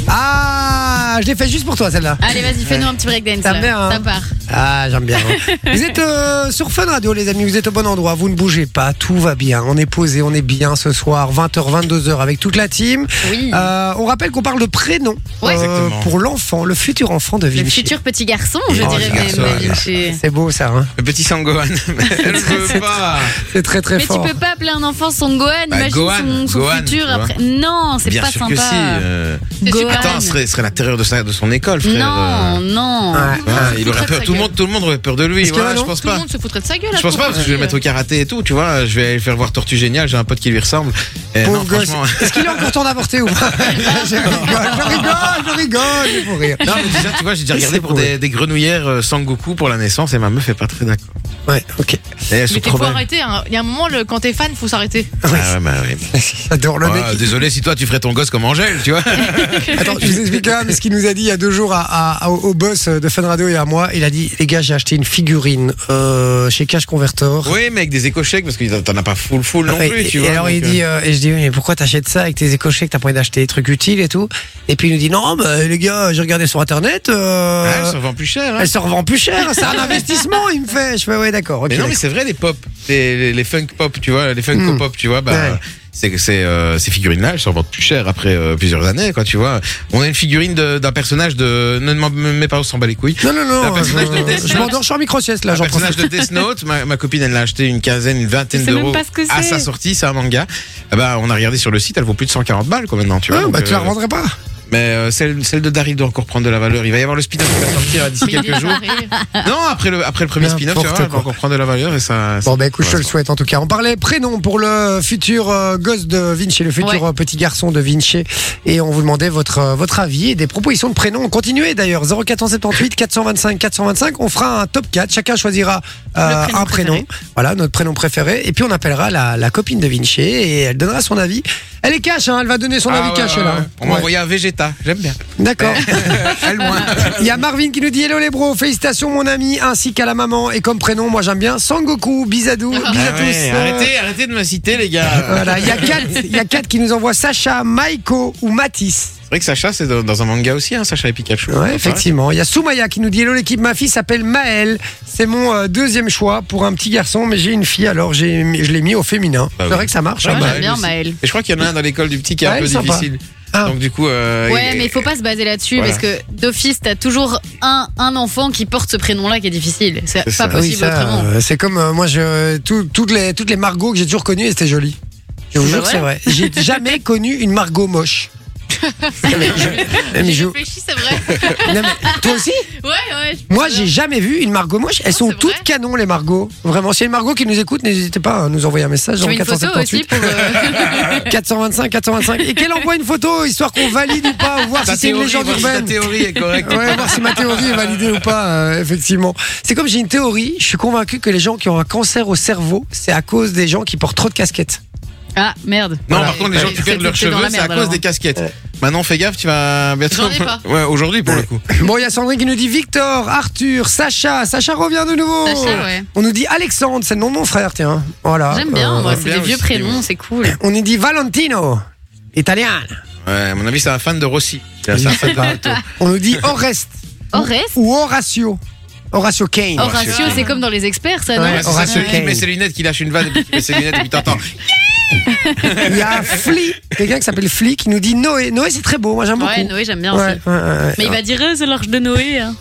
S3: Ah, je l'ai fait juste pour toi celle-là.
S4: Ah. Allez, vas-y, fais-nous un petit breakdance.
S3: Ta
S4: là.
S3: mère, hein.
S4: Ça part.
S3: Ah, j'aime bien. vous êtes euh, sur Fun Radio, les amis. Vous êtes au bon endroit. Vous ne bougez pas. Tout va bien. On est posé. On est bien ce soir. 20h, 22h avec toute la team.
S4: Oui.
S5: Ah,
S3: Euh, on rappelle qu'on parle de prénom
S4: Ouais.
S5: Exactement.
S3: pour l'enfant, le futur enfant de
S4: le
S3: Vinci.
S4: futur petit garçon, je
S3: Oh,
S4: dirais
S5: le
S4: même.
S5: garçon, ouais.
S4: Vinci.
S3: C'est beau ça. Hein
S5: Le petit Sangohan. Elle veut pas.
S3: C'est très très
S4: Mais
S3: fort.
S4: tu peux pas appeler un enfant son Gohan,
S5: Bah,
S4: imagine
S5: Gohan,
S4: son, son
S5: Gohan, tu
S4: futur
S5: vois.
S4: après. Non, c'est
S5: Bien
S4: pas
S5: sûr
S4: sympa.
S5: que si. euh,
S6: C'est
S4: Gohan.
S6: super
S5: Attends, ce serait, ce serait la terreur de, sa, de son école, frère.
S4: Non,
S5: euh.
S4: non.
S3: Ouais.
S5: Ouais,
S6: Ah,
S5: il aurait
S6: très,
S5: peur.
S6: très
S5: Tout le
S6: gueule.
S5: monde, tout le monde aurait peur de lui.
S3: Est-ce qu'il y en a,
S5: Ouais, je
S3: non
S5: pense
S6: Tout le
S5: pas.
S6: monde se foutrait de sa gueule.
S5: Je pense pas parce que je vais le mettre au karaté et tout, tu vois. Je vais aller le faire voir Tortue Génial. J'ai un pote qui lui ressemble. Eh,
S3: Pauvre
S5: non,
S3: gosse.
S5: franchement.
S3: Est-ce qu'il est encore temps d'avorter ou pas Je rigole, je rigole, je rigole, je vais mourir.
S5: Non, mais déjà, tu vois, j'ai déjà
S3: Il
S5: regardé
S3: s'est
S5: pour
S3: bourré.
S5: des, des grenouillères euh, Sangoku pour la naissance et ma meuf est pas très d'accord.
S3: Ouais, ok.
S5: Et elles sont
S6: Mais t'es
S5: trop
S6: faut
S5: belles.
S6: arrêter. hein. Il y a un moment, le- quand t'es fan, faut s'arrêter.
S5: Ah ouais, bah oui.
S3: J'adore le
S5: Ah,
S3: mec.
S5: désolé si toi tu ferais ton gosse comme Angèle, tu vois.
S3: Attends, je vous explique quand même ce qu'il nous a dit il y a deux jours à, à- au, au boss de Fun Radio et à moi. Il a dit Les gars, j'ai acheté une figurine euh, chez Cash Convertor.
S5: oui, mais avec des écochèques parce que t'en as pas full full non
S3: et,
S5: plus, tu
S3: et
S5: vois.
S3: alors il
S5: donc,
S3: dit euh, et je dis oui, mais pourquoi t'achètes ça avec tes écochets que t'as pas envie d'acheter des trucs utiles et tout et puis il nous dit non bah, les gars j'ai regardé sur internet
S5: euh,
S3: euh,
S5: ah, ça vend plus cher. hein.
S3: elle se revend plus cher c'est un investissement il me fait je fais ouais d'accord ok,
S5: Mais non, mais
S3: d'accord.
S5: c'est vrai, les pop, les, les, les funk pop, tu vois, les funko
S3: Mm.
S5: pop, tu vois, bah,
S3: Ouais.
S5: c'est que c'est, euh, ces figurines-là, elles s'en vendent plus cher après euh, plusieurs années, quoi, tu vois. On a une figurine de- d'un personnage de. Ne demande même pas, on s'en bat les couilles.
S3: non non non
S5: Un personnage de
S3: je,
S5: Death
S3: je
S5: Note.
S3: m'endors sur micro sieste là
S5: Un
S3: j'en prends
S5: personnage de Death Note, ma, ma copine, elle l'a acheté une quinzaine, une vingtaine
S4: Je sais même
S5: d'euros
S4: pas ce que
S5: à
S4: c'est.
S5: sa sortie, c'est un manga. Ah Bah, on a regardé sur le site, elle vaut plus de 140 balles, quoi, maintenant, tu vois.
S3: Ah, bah
S5: donc,
S3: tu la
S5: euh,
S3: revendrais pas
S5: mais euh, celle, celle de Daryl doit encore prendre de la valeur. Il va y avoir le spin-off qui va sortir d'ici
S6: Mais il
S5: quelques
S6: est
S5: jours. Ah,
S6: taré.
S5: Non, après le, après le premier spin-off, tu
S3: N'importe
S5: vois, elle va
S3: quoi.
S5: encore prendre de la valeur et ça. ça-
S3: Bon, bah écoute, je te le
S5: Ouais,
S3: souhaite en tout cas. On parlait prénom pour le futur euh, gosse de Vinci, le futur
S4: Ouais.
S3: euh, petit garçon de Vinci. Et on vous demandait votre, euh, votre avis et des propositions de prénoms. Continuez d'ailleurs, 0478 425 425. On fera un top 4. Chacun choisira euh,
S6: Le prénom
S3: un prénom. Voilà, notre prénom préféré. Et puis on appellera la, la copine de Vinci et elle donnera son avis. Elle est cash, hein, elle va donner son
S5: Ah
S3: avis
S5: ouais,
S3: cash
S5: ouais,
S3: là.
S5: ouais. On m'a
S3: Ouais.
S5: envoyé un Vegeta, j'aime bien.
S3: D'accord.
S5: Pas loin.
S3: Il y a Marvin qui nous dit Hello les bros, félicitations mon ami, ainsi qu'à la maman. Et comme prénom, moi j'aime bien Sangoku, bisadou, bis à tous.
S5: Ah ouais,
S3: Euh,
S5: Arrêtez, arrêtez de me citer les gars.
S3: Voilà, il y a quatre, il y a quatre qui nous envoient Sacha, Maiko ou Matisse.
S5: C'est vrai que Sacha c'est dans, dans un manga aussi, hein, Sacha et Pikachu.
S3: Ouais, effectivement. Il y a Soumaya qui nous dit Hello l'équipe, ma fille s'appelle Maëlle. C'est mon euh, deuxième choix pour un petit garçon, mais j'ai une fille alors j'ai, je l'ai mis au féminin.
S5: Bah
S3: c'est
S5: oui.
S3: vrai que ça marche.
S5: Ouais,
S3: hein,
S4: Moi,
S5: bah,
S4: j'aime
S5: elle
S4: bien
S5: aussi.
S4: Maël.
S5: Et je crois qu'il y en a un dans l'école du petit qui est
S3: Ouais,
S5: un peu
S3: sympa.
S5: difficile.
S3: Ah.
S5: Donc du coup. euh,
S4: Ouais,
S5: il-
S4: mais il faut pas se baser là-dessus
S5: Voilà.
S4: parce que d'office, t'as toujours un, un enfant qui porte ce prénom-là qui est difficile. C'est pas
S5: C'est ça.
S3: bah oui,
S4: possible
S3: ça,
S4: autrement.
S3: euh, c'est comme euh, moi, je, tout- toutes les toutes les Margots que j'ai toujours connues, et c'était joli. Je vous
S4: Bah
S3: jure, que c'est vrai. J'ai jamais connu une Margot moche. Non, mais je- mais je-
S6: J'ai
S3: non,
S6: réfléchi, c'est vrai.
S3: mais toi aussi
S6: Ouais, ouais. je-
S3: Moi, j'ai jamais vu une Margot moche. Elles
S6: Non,
S3: sont
S6: c'est
S3: toutes
S6: vrai.
S3: canons, les Margots. Vraiment, si il y a une Margot qui nous écoute, n'hésitez pas à nous envoyer un message.
S4: Tu veux une photo
S3: 0478,
S4: aussi pour. euh,
S3: 425, 425. Et qu'elle envoie une photo, histoire qu'on valide ou pas, ou voir
S5: Ta
S3: si c'est une
S5: théorie,
S3: légende
S5: voir si ta
S3: urbaine.
S5: théorie est correcte.
S3: Ouais, voir si ma théorie est validée ou pas, euh, effectivement. C'est comme j'ai une théorie, je suis convaincu que les gens qui ont un cancer au cerveau, c'est à cause des gens qui portent trop de casquettes.
S4: Ah, merde.
S5: Non,
S4: Voilà.
S5: par contre, les gens qui
S4: C'est-
S5: perdent leurs
S4: c'est dans
S5: cheveux,
S4: la
S5: c'est à
S4: merde,
S5: cause
S4: alors.
S5: des casquettes. Maintenant, fais gaffe, tu vas bientôt.
S6: J'en ai pas.
S5: Ouais, aujourd'hui pour le coup.
S3: Bon, il y a Sandrine qui nous dit Victor, Arthur, Sacha. Sacha revient de nouveau.
S4: Sacha, ouais.
S3: On nous dit Alexandre, c'est le nom de mon frère, tiens. Voilà.
S5: Ah,
S4: J'aime bien,
S3: Euh,
S4: moi,
S5: j'aime
S4: c'est
S5: bien
S4: des vieux
S5: aussi,
S4: prénoms,
S5: ouais.
S4: c'est cool.
S3: On nous dit Valentino, italien.
S5: Ouais, à mon avis, c'est un fan de Rossi. C'est un fan de Renato.
S3: On nous dit Oreste
S4: Horace
S3: ou Horatio. Horatio Kane.
S4: Horatio, c'est comme dans les experts, ça, non
S3: Ouais,
S5: Ouais, c'est ça,
S3: Horatio
S5: celui qui
S3: Kane.
S5: met ses lunettes, qui lâche une vanne et puis qui met ses lunettes et puis t'entends.
S3: Il y a Flea, quelqu'un qui s'appelle Flea qui nous dit Noé. Noé, c'est très beau, moi j'aime
S4: Ouais,
S3: beaucoup.
S4: Noé, j'aime bien
S3: Ouais,
S4: aussi.
S3: ouais, ouais, ouais.
S4: Mais il va dire, euh, c'est l'orge de Noé. hein.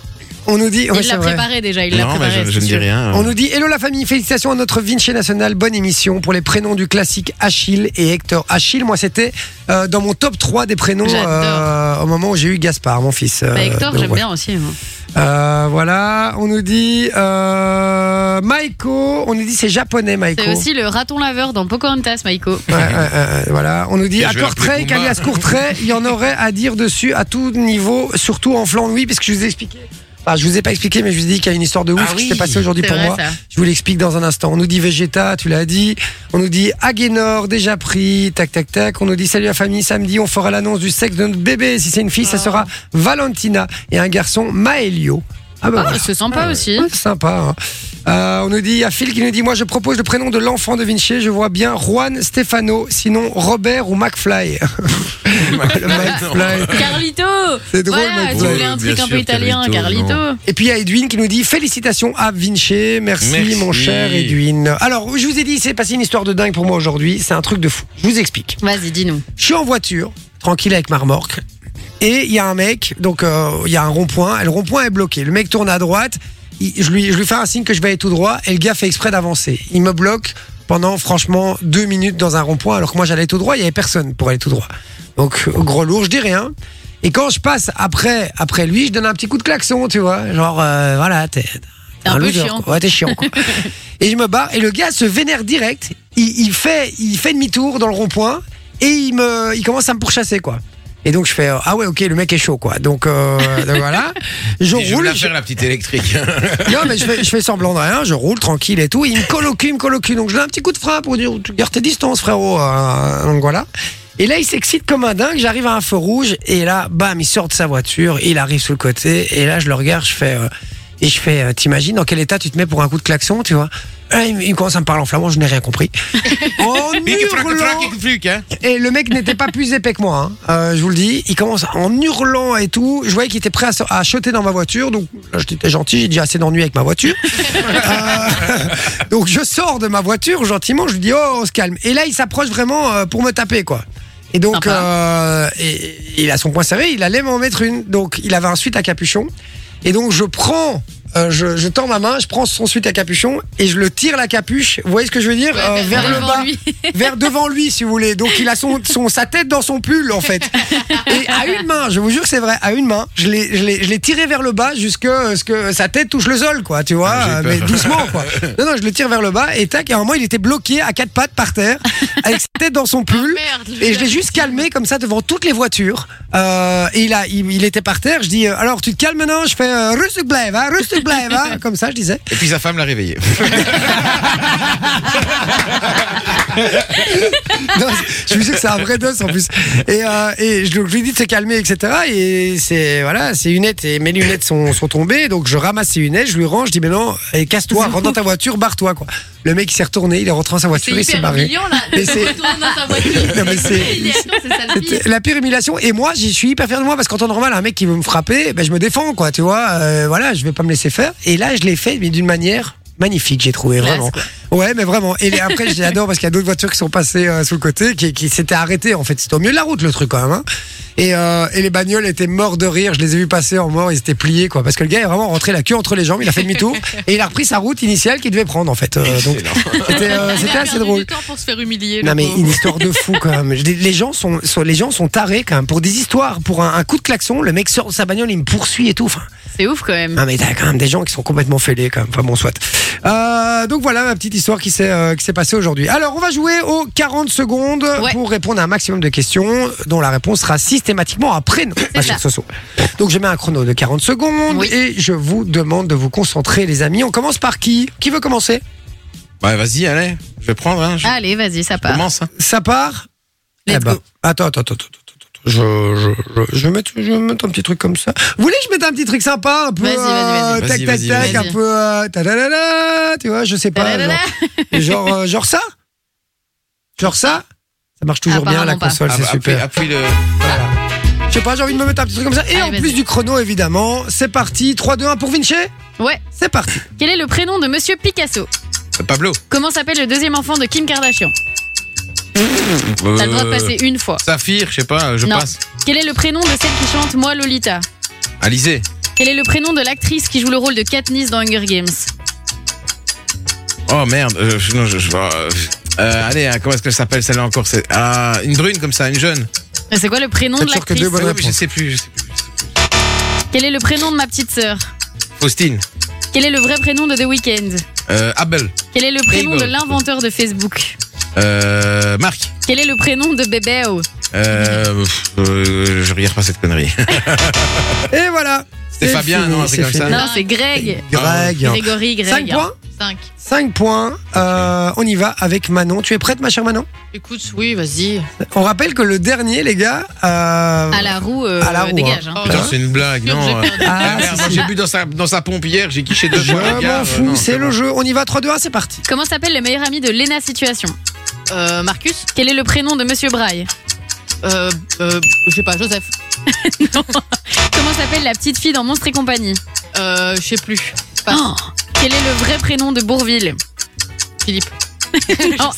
S3: On nous dit, ouais,
S4: Il l'a
S3: c'est vrai.
S4: préparé déjà, il l'a
S5: Non, mais
S4: préparé.
S5: je- je
S4: c'est
S5: ne dis
S4: sûr.
S5: rien.
S3: On nous dit Hello la famille, félicitations à notre Vinci National, bonne émission pour les prénoms du classique Achille et Hector. Achille, moi c'était euh, dans mon top 3 des prénoms
S6: J'adore.
S3: euh, au moment où j'ai eu Gaspard, mon fils. euh,
S4: Bah, Hector,
S3: donc,
S4: j'aime
S3: ouais.
S4: bien aussi. moi.
S3: Euh, voilà, on nous dit euh, Maiko, on nous dit c'est japonais Maiko.
S4: C'est aussi le raton laveur dans Pocahontas, Maiko.
S3: Ouais, ouais, ouais, ouais, voilà, on nous dit
S5: Et
S3: à
S5: je vais l'appeler
S3: Courtrai,
S5: Puma.
S3: qu'alias Courtrai, il y en aurait à dire dessus à tout niveau, surtout en Flandre, oui, parce que je vous ai expliqué. Enfin, je vous ai pas expliqué, mais je vous ai dit qu'il y a une histoire de ouf
S5: Ah
S3: qui
S5: oui.
S3: s'est passée aujourd'hui
S4: C'est
S3: pour
S4: vrai,
S3: moi.
S4: ça.
S3: Je vous l'explique dans un instant. On nous dit Vegeta, tu l'as dit. On nous dit Aguenor, déjà pris. Tac, tac, tac. On nous dit salut la famille, samedi, on fera l'annonce du sexe de notre bébé. Si c'est une fille, ça sera Valentina. Et un garçon, Maelio. Ah bah
S4: Ah,
S3: voilà.
S4: c'est sympa aussi.
S3: Ouais, c'est sympa. hein. Euh, on nous dit, il y a Phil qui nous dit Moi, je propose le prénom de l'enfant de Vinci. Je vois bien Juan Stefano, sinon Robert ou McFly. le McFly.
S4: Carlito
S3: C'est drôle,
S4: Voilà,
S3: mec.
S4: tu voulais un
S5: Ouais,
S4: truc
S5: bien
S4: un peu
S5: sûr,
S4: italien,
S5: Carlito,
S4: Carlito.
S3: Et puis il y a Edwin qui nous dit félicitations à Vinci, merci,
S5: Merci.
S3: mon cher Edwin. Alors je vous ai dit, c'est passé une histoire de dingue pour moi aujourd'hui, c'est un truc de fou. Je vous explique.
S4: Vas-y, dis-nous.
S3: Je suis en voiture, tranquille avec ma remorque, et il y a un mec, donc euh, il y a un rond-point, et le rond-point est bloqué. Le mec tourne à droite, il- je, lui, je lui fais un signe que je vais aller tout droit, et le gars fait exprès d'avancer. Il me bloque pendant franchement deux minutes dans un rond-point, alors que moi j'allais tout droit, il n'y avait personne pour aller tout droit. Donc gros lourd, je dis rien. Et quand je passe après, après lui, je donne un petit coup de klaxon, tu vois. Genre, euh, voilà, t'es
S4: T'es un peu
S3: loser,
S4: chiant.
S3: quoi. Ouais, t'es chiant, quoi. et je me barre, et le gars se vénère direct. Il, il fait, il fait demi-tour dans le rond-point, et il, me, il commence à me pourchasser, quoi. Et donc, je fais, euh, ah ouais, ok, le mec est chaud, quoi. Donc, euh, donc voilà. Je
S5: Je
S3: roule.
S5: voulais faire la petite électrique.
S3: je- non, mais je fais, je fais semblant de rien, je roule tranquille et tout. Il me colle au cul, il me colle au cul. Donc, je donne un petit coup de frein pour dire, tu gardes tes distances, frérot. Euh, donc voilà. Et là, il s'excite comme un dingue. J'arrive à un feu rouge, et là, bam, il sort de sa voiture, il arrive sous le côté, et là, je le regarde, je fais. euh, et je fais, euh, t'imagines dans quel état tu te mets pour un coup de klaxon, tu vois Euh, il, il commence à me parler en flamand, je n'ai rien compris. En
S5: Pique, frac, frac,
S3: hurlant,
S5: pique, fluc, hein.
S3: et le mec n'était pas plus épais que moi, hein. Euh, je vous le dis. Il commence en hurlant et tout. Je voyais qu'il était prêt à, se- à chuter dans ma voiture. Donc là, j'étais gentil, j'ai déjà assez d'ennui avec ma voiture. Euh, donc je sors de ma voiture gentiment, je lui dis oh on se calme. Et là il s'approche vraiment euh, pour me taper quoi. Et donc
S4: Sympa.
S3: euh, et- il a son point serré, il allait m'en mettre une. Donc il avait un suite à capuchon. Et donc je prends, euh, je, je tends ma main, je prends son suite à capuchon et je le tire la capuche. Vous voyez ce que je veux dire Euh, Vers le
S4: Devant
S3: bas
S4: lui.
S3: vers devant lui, si vous voulez. Donc il a son, son- sa tête dans son pull, en fait. Et à une main, je vous jure que c'est vrai, à une main, je l'ai- je l'ai je l'ai tiré vers le bas jusqu'à ce que sa tête touche le sol, quoi, tu vois,
S5: Ah, j'ai
S3: mais
S5: peur.
S3: doucement, quoi. Non, non, je le tire vers le bas, et tac, et à un moment, il était bloqué à quatre pattes par terre, avec sa tête dans son pull.
S6: Merde, le
S3: Et je
S6: gars.
S3: l'ai juste calmé comme ça devant toutes les voitures. Euh, et il, a, il, il était par terre. Je dis euh, alors tu te calmes maintenant. Je fais euh, rustic blave, hein, rustic blave, hein, comme ça je disais.
S5: Et puis sa femme l'a réveillé.
S3: Non, je vous jure que c'est un vrai dos en plus. Et, euh, et je, donc, je lui dis de se calmer, etc. Et c'est voilà, ses lunettes et mes lunettes sont, sont tombées, donc je ramasse ses lunettes, je lui range, je dis mais non, et casse-toi, rentre dans ta voiture, barre-toi quoi. Le mec il s'est retourné, il est rentré dans sa
S6: C'est
S3: voiture, il s'est
S6: hyper
S3: barré.
S6: humiliant là.
S3: Mais c'est-
S6: Retourne dans ta voiture.
S3: Non, mais c'est-
S6: Il est- Attends, c'est ça le pire.
S3: C'était la pire humiliation. Et moi, j'y suis hyper fier de moi parce qu'en temps normal, un mec qui veut me frapper, ben, je me défends, quoi, tu vois. Euh, voilà, je vais pas me laisser faire. Et là, je l'ai fait, mais d'une manière magnifique, j'ai trouvé,
S4: Classe,
S3: vraiment. Ouais, mais vraiment. Et les- après, j'adore parce qu'il y a d'autres voitures qui sont passées euh, sous le côté, qui, qui s'étaient arrêtées, en fait. C'était au milieu de la route, le truc, quand même. hein. Et, euh, et les bagnoles étaient morts de rire. Je les ai vus passer en mort, ils étaient pliés, quoi. Parce que le gars est vraiment rentré la queue entre les jambes, il a fait demi-tour et il a repris sa route initiale qu'il devait prendre, en fait. Euh, donc, c'était euh,
S6: Il a
S3: c'était assez
S6: perdu
S3: drôle.
S6: du temps pour se faire humilier.
S3: Non
S6: le
S3: mais
S6: pauvre.
S3: une histoire de fou quand même. Je dis, Les gens sont, sont- les gens sont tarés quand même pour des histoires, pour un, un coup de klaxon, le mec sort de sa bagnole, il me poursuit et tout. Enfin,
S4: C'est ouf quand même.
S3: non mais t'as quand même des gens qui sont complètement fêlés quand même. Enfin bon soit. Euh, donc voilà ma petite histoire qui s'est euh, qui s'est passée aujourd'hui. Alors on va jouer aux 40 secondes
S4: Ouais.
S3: pour répondre à un maximum de questions dont la réponse sera systématiquement un prénom. ma chère
S4: ça.
S3: Soso. Donc je mets un chrono de 40 secondes
S4: Oui.
S3: et je vous demande de vous concentrer les amis. On commence par qui Qui veut commencer
S5: Bah vas-y, allez, je vais prendre, hein, je
S4: Allez, vas-y, ça part.
S5: commence. hein.
S3: Ça part
S4: Let's
S3: ben,
S4: go.
S3: Attends, attends, attends, attends. attends, attends. Je, je, je, je, vais mettre, je vais mettre un petit truc comme ça. Vous voulez que je mette un petit truc sympa Un peu.
S4: Vas-y, vas-y,
S3: euh,
S4: vas-y.
S3: tac,
S5: Vas-y,
S3: tac,
S5: vas-y,
S3: tac,
S4: vas-y.
S3: un peu. euh, tadadada, tu vois, je sais pas.
S4: Tadadada.
S3: Genre, genre, euh, genre ça Genre ça Ça marche toujours bien la
S4: Apparemment pas.
S3: console,
S5: Ah,
S3: c'est
S5: bah,
S3: super.
S5: Appuie, appuie le.
S3: Je sais pas, j'ai envie de me mettre un petit truc comme ça. Et
S4: Allez,
S3: en
S4: vas-y.
S3: plus du chrono, évidemment, c'est parti. 3, 2, 1 pour Vinci
S4: Ouais.
S3: C'est parti.
S4: Quel est le prénom de Monsieur Picasso
S5: Euh, Pablo.
S4: Comment s'appelle le deuxième enfant de Kim Kardashian T'as le
S5: Euh.
S4: droit de passer une fois.
S5: Saphir, je sais pas, euh, je
S4: Non.
S5: passe.
S4: Quel est le prénom de celle qui chante Moi Lolita
S5: Alizé.
S4: Quel est le prénom de l'actrice qui joue le rôle de Katniss dans Hunger Games
S5: Oh merde, euh, je- non, je. je- euh, euh, allez, hein, comment est-ce qu'elle s'appelle celle-là encore C'est ah, une brune comme ça, une jeune.
S4: Mais C'est quoi le prénom
S3: T'as
S4: de
S3: toujours que
S4: l'actrice
S3: deux bonnes
S5: Ah oui, mais
S3: réponses.
S5: je sais plus. je sais plus.
S4: Quel est le prénom de ma petite sœur
S5: Faustine.
S4: Quel est le vrai prénom de The Weeknd
S5: Euh, Abel.
S4: Quel est le prénom
S5: Hey,
S4: de
S5: bon.
S4: l'inventeur de Facebook
S5: Euh, Marc.
S4: Quel est le prénom de Bébéo
S5: Euh,
S4: Mhm.
S5: pff, euh, je regarde pas cette connerie.
S4: Ah.
S3: Et voilà.
S5: C'était
S3: C'est
S5: Fabien,
S3: fini,
S5: non, un truc
S3: c'est
S5: comme ça.
S3: fini.
S4: Non, c'est Greg.
S3: Greg.
S4: Grégory, Greg.
S3: 5 points
S6: 5.
S3: 5 points. Euh, on y va avec Manon. Tu es prête, ma chère Manon
S6: Écoute, oui, vas-y.
S3: On rappelle que le dernier, les gars. euh,
S4: À la roue, euh,
S3: À la roue,
S4: dégage. hein.
S6: Oh,
S5: Putain, c'est une blague,
S6: sûr que
S5: non
S6: j'ai
S5: euh.
S6: perdu.
S3: Ah,
S5: Ah, merde,
S3: si,
S5: moi,
S3: si.
S5: j'ai bu dans sa, dans sa pompe hier, j'ai quiché deux
S3: Je
S5: fois. les gars,
S3: m'en
S5: euh,
S3: fous,
S5: non,
S3: c'est le
S5: bon.
S3: jeu. On y va 3-2-1, c'est parti.
S4: Comment s'appelle le meilleur ami de Lena Situation
S6: Euh, Marcus
S4: Quel est le prénom de Monsieur Braille
S6: euh, euh, Je sais pas, Joseph
S4: Comment s'appelle la petite fille dans Monstre et compagnie
S6: euh, Je sais plus. Passe.
S4: Oh, Quel est le vrai prénom de Bourville
S6: Philippe.
S4: Non,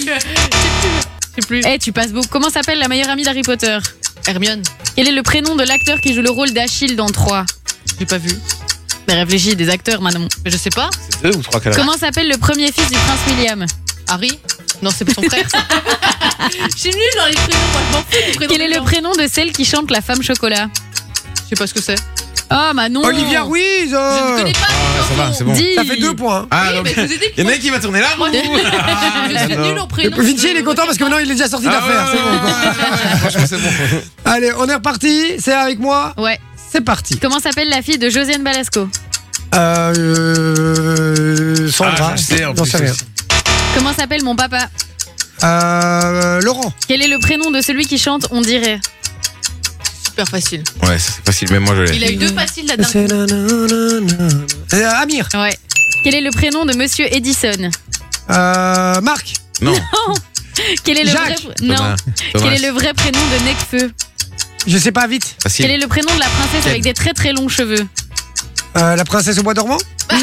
S6: Je sais plus. Je sais plus.
S4: Eh, tu passes beaucoup. Comment s'appelle la meilleure amie d'Harry Potter
S6: Hermione,
S4: Quel est le prénom de l'acteur qui joue le rôle d'Achille dans 3
S6: j'ai pas vu.
S4: Mais réfléchis, des acteurs, Manon.
S6: Mais je sais pas.
S5: C'est deux ou trois qu'elle a
S4: Comment s'appelle le premier fils du prince William
S6: Harry Non, c'est son frère. ça. Je suis nulle dans les prénoms, moi, je m'en fous des prénoms
S4: Quel est
S6: des
S4: le
S6: gens.
S4: prénom de celle qui chante La Femme Chocolat
S6: Je sais pas ce que c'est.
S4: Oh, Manon
S3: Olivia Ruiz
S6: Je
S3: euh,
S6: ne connais pas.
S5: Ah, ça va, c'est bon.
S4: Dis
S3: Ça fait 2 points. hein.
S5: Ah,
S6: Oui,
S5: donc,
S6: mais je vous ai dit que
S5: il y en a un qui va tourner la roue. Ah,
S6: Je suis
S5: j'adore.
S6: nulle en prénom.
S3: Vinci, il est content parce que maintenant il est déjà sorti
S5: Ah,
S3: d'affaire.
S5: ouais,
S3: c'est bon.
S5: ouais, ouais, ouais, ouais, Franchement, c'est bon.
S3: Allez, on est reparti. C'est avec moi.
S4: Ouais.
S3: C'est parti.
S4: Comment s'appelle la fille de Josiane Balasco
S3: Euh, euh, Sandra.
S5: Ah, je sais, en
S3: J'en
S5: plus,
S3: sais rien.
S5: aussi.
S4: Comment s'appelle mon papa
S3: Euh, Laurent.
S4: Quel est le prénom de celui qui chante On dirait
S6: Super facile.
S5: Ouais, ça, c'est facile, mais moi je
S6: Il
S5: l'ai.
S6: a eu deux faciles là-dedans.
S3: C'est na- na- na- na- Euh, Amir.
S4: Ouais. Quel est le prénom de Monsieur Edison
S3: Euh, Marc.
S5: Non,
S4: Quel est le
S3: Jacques.
S4: vrai...
S5: Thomas,
S4: Non. Quel
S5: Thomas,
S4: est le vrai prénom de Necfeu
S3: Je sais pas vite.
S5: facile.
S4: Quel est le prénom de la princesse avec des très très longs cheveux
S3: Euh, la princesse au bois dormant.
S4: Non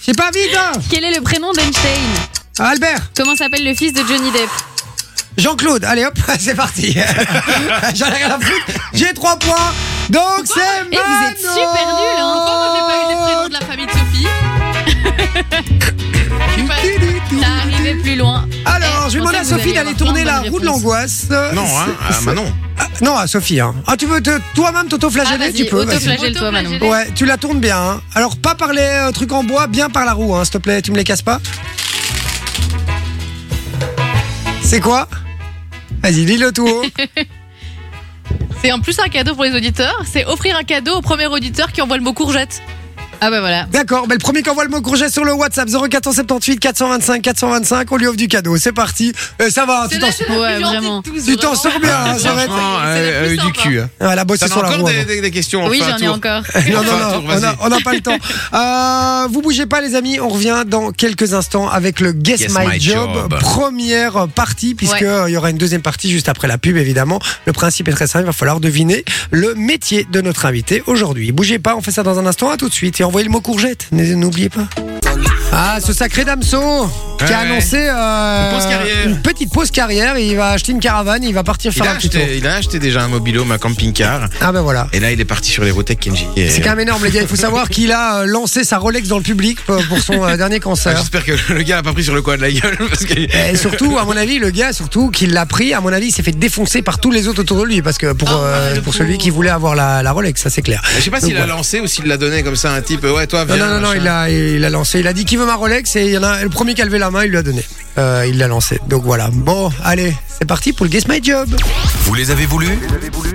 S3: Je sais pas vite. hein.
S4: Quel est le prénom d'Einstein
S3: Albert.
S4: Comment s'appelle le fils de Johnny Depp
S3: Jean-Claude. Allez hop, c'est parti. J'en ai rien à foutre. J'ai 3 points. Donc c'est
S4: Eh, vous êtes
S3: Manon.
S4: super nuls, hein.
S6: Pourquoi moi j'ai pas eu les prénoms de la famille de Sophie Je suis pas-
S4: T'as arrivé plus loin.
S3: Alors,
S4: Eh,
S3: je vais
S4: je
S3: demander à
S4: pensais que vous
S3: Sophie
S4: alliez
S3: d'aller
S4: avoir
S3: tourner
S4: plein de
S3: la
S4: bonnes
S3: roue de
S4: réponses.
S3: l'angoisse.
S5: Non, hein, ah,
S3: C'est-
S5: Manon.
S3: Ah, non, à Sophie. hein. Ah, tu veux te- toi-même t'auto-flageller
S4: Ah, vas-y,
S3: Tu peux. vas-y.
S4: auto-flagelle. Flagelle-toi, Manon.
S3: Ouais, tu la tournes bien. hein. Alors, pas par les euh, trucs en bois, bien par la roue, hein, s'il te plaît. Tu me les casses pas. C'est quoi Vas-y, lis-le tout haut.
S6: C'est en plus un cadeau pour les auditeurs. C'est offrir un cadeau au premier auditeur qui envoie le mot courgette.
S4: Ah bah voilà.
S3: D'accord, mais le premier qui envoie le mot courget sur le WhatsApp 0478 425 425, on lui offre du cadeau. C'est parti. Euh, ça va, tu t'en
S6: C'est la
S4: Ouais,
S6: plus gentille
S4: vraiment.
S6: de tous,
S3: tu t'en
S6: vraiment.
S3: sors bien. hein, ça va être-
S5: Franchement,
S6: c'est la
S5: euh,
S6: plus
S5: euh, du
S6: sympa.
S5: cul. hein.
S3: Elle a bossé
S5: T'en as
S3: sur la
S5: encore
S3: roue.
S5: des,
S3: avant.
S5: des- des questions
S4: oui,
S5: enfin,
S4: j'en ai
S5: tour.
S4: encore.
S3: Non,
S5: Enfin,
S3: non, non,
S5: tour,
S3: on
S5: vas-y.
S3: a- on n'a pas le temps. Euh, vous bougez pas, les amis. On revient dans quelques instants avec le Guess,
S5: Guess
S3: My,
S5: My
S3: job,
S5: Job.
S3: première partie, puisque
S4: Ouais.
S3: euh, il y aura une deuxième partie juste après la pub, évidemment. Le principe est très simple. Il va falloir deviner le métier de notre invité aujourd'hui. Bougez pas, on fait ça dans un instant. À tout de suite. Et envoyez le mot courgette. N- N'oubliez pas. Ah, ce sacré damso qui a
S5: Ouais.
S3: annoncé euh,
S5: Une pause carrière.
S3: une petite pause carrière. Il va acheter une caravane. Il va partir
S5: Il
S3: faire
S5: a,
S3: un petit tour.
S5: acheté, il a acheté déjà un mobilhome, un camping-car,
S3: Ah ben voilà.
S5: et là il est parti sur les routes avec Kenji. Et-
S3: C'est quand même énorme, les gars. Il faut savoir qu'il a euh, lancé sa Rolex dans le public pour pour son euh, dernier
S5: Ah,
S3: cancer.
S5: J'espère que le gars l'a pas pris sur le coin de la gueule parce que.
S3: Et surtout, à mon avis, le gars, surtout, qu'il l'a pris, à mon avis, il s'est fait défoncer par tous les autres autour de lui. Parce que pour,
S6: Ah,
S3: euh,
S6: ouais, le
S3: pour
S6: pauvre.
S3: celui qui voulait avoir la, la Rolex, ça c'est clair.
S5: Je sais pas
S3: Donc,
S5: s'il l'a
S3: voilà.
S5: lancé ou s'il l'a donné comme ça à un type. euh, Ouais, toi,
S3: Non,
S5: viens.
S3: non, non, non,
S5: machin.
S3: il a, il a lancé. Il a dit qui veut ma Rolex et il y en a, le premier qui a levé la main, il lui a donné. Euh, il l'a lancé. Donc voilà. Bon, allez, c'est parti pour le Guess My Job.
S2: Vous les avez voulu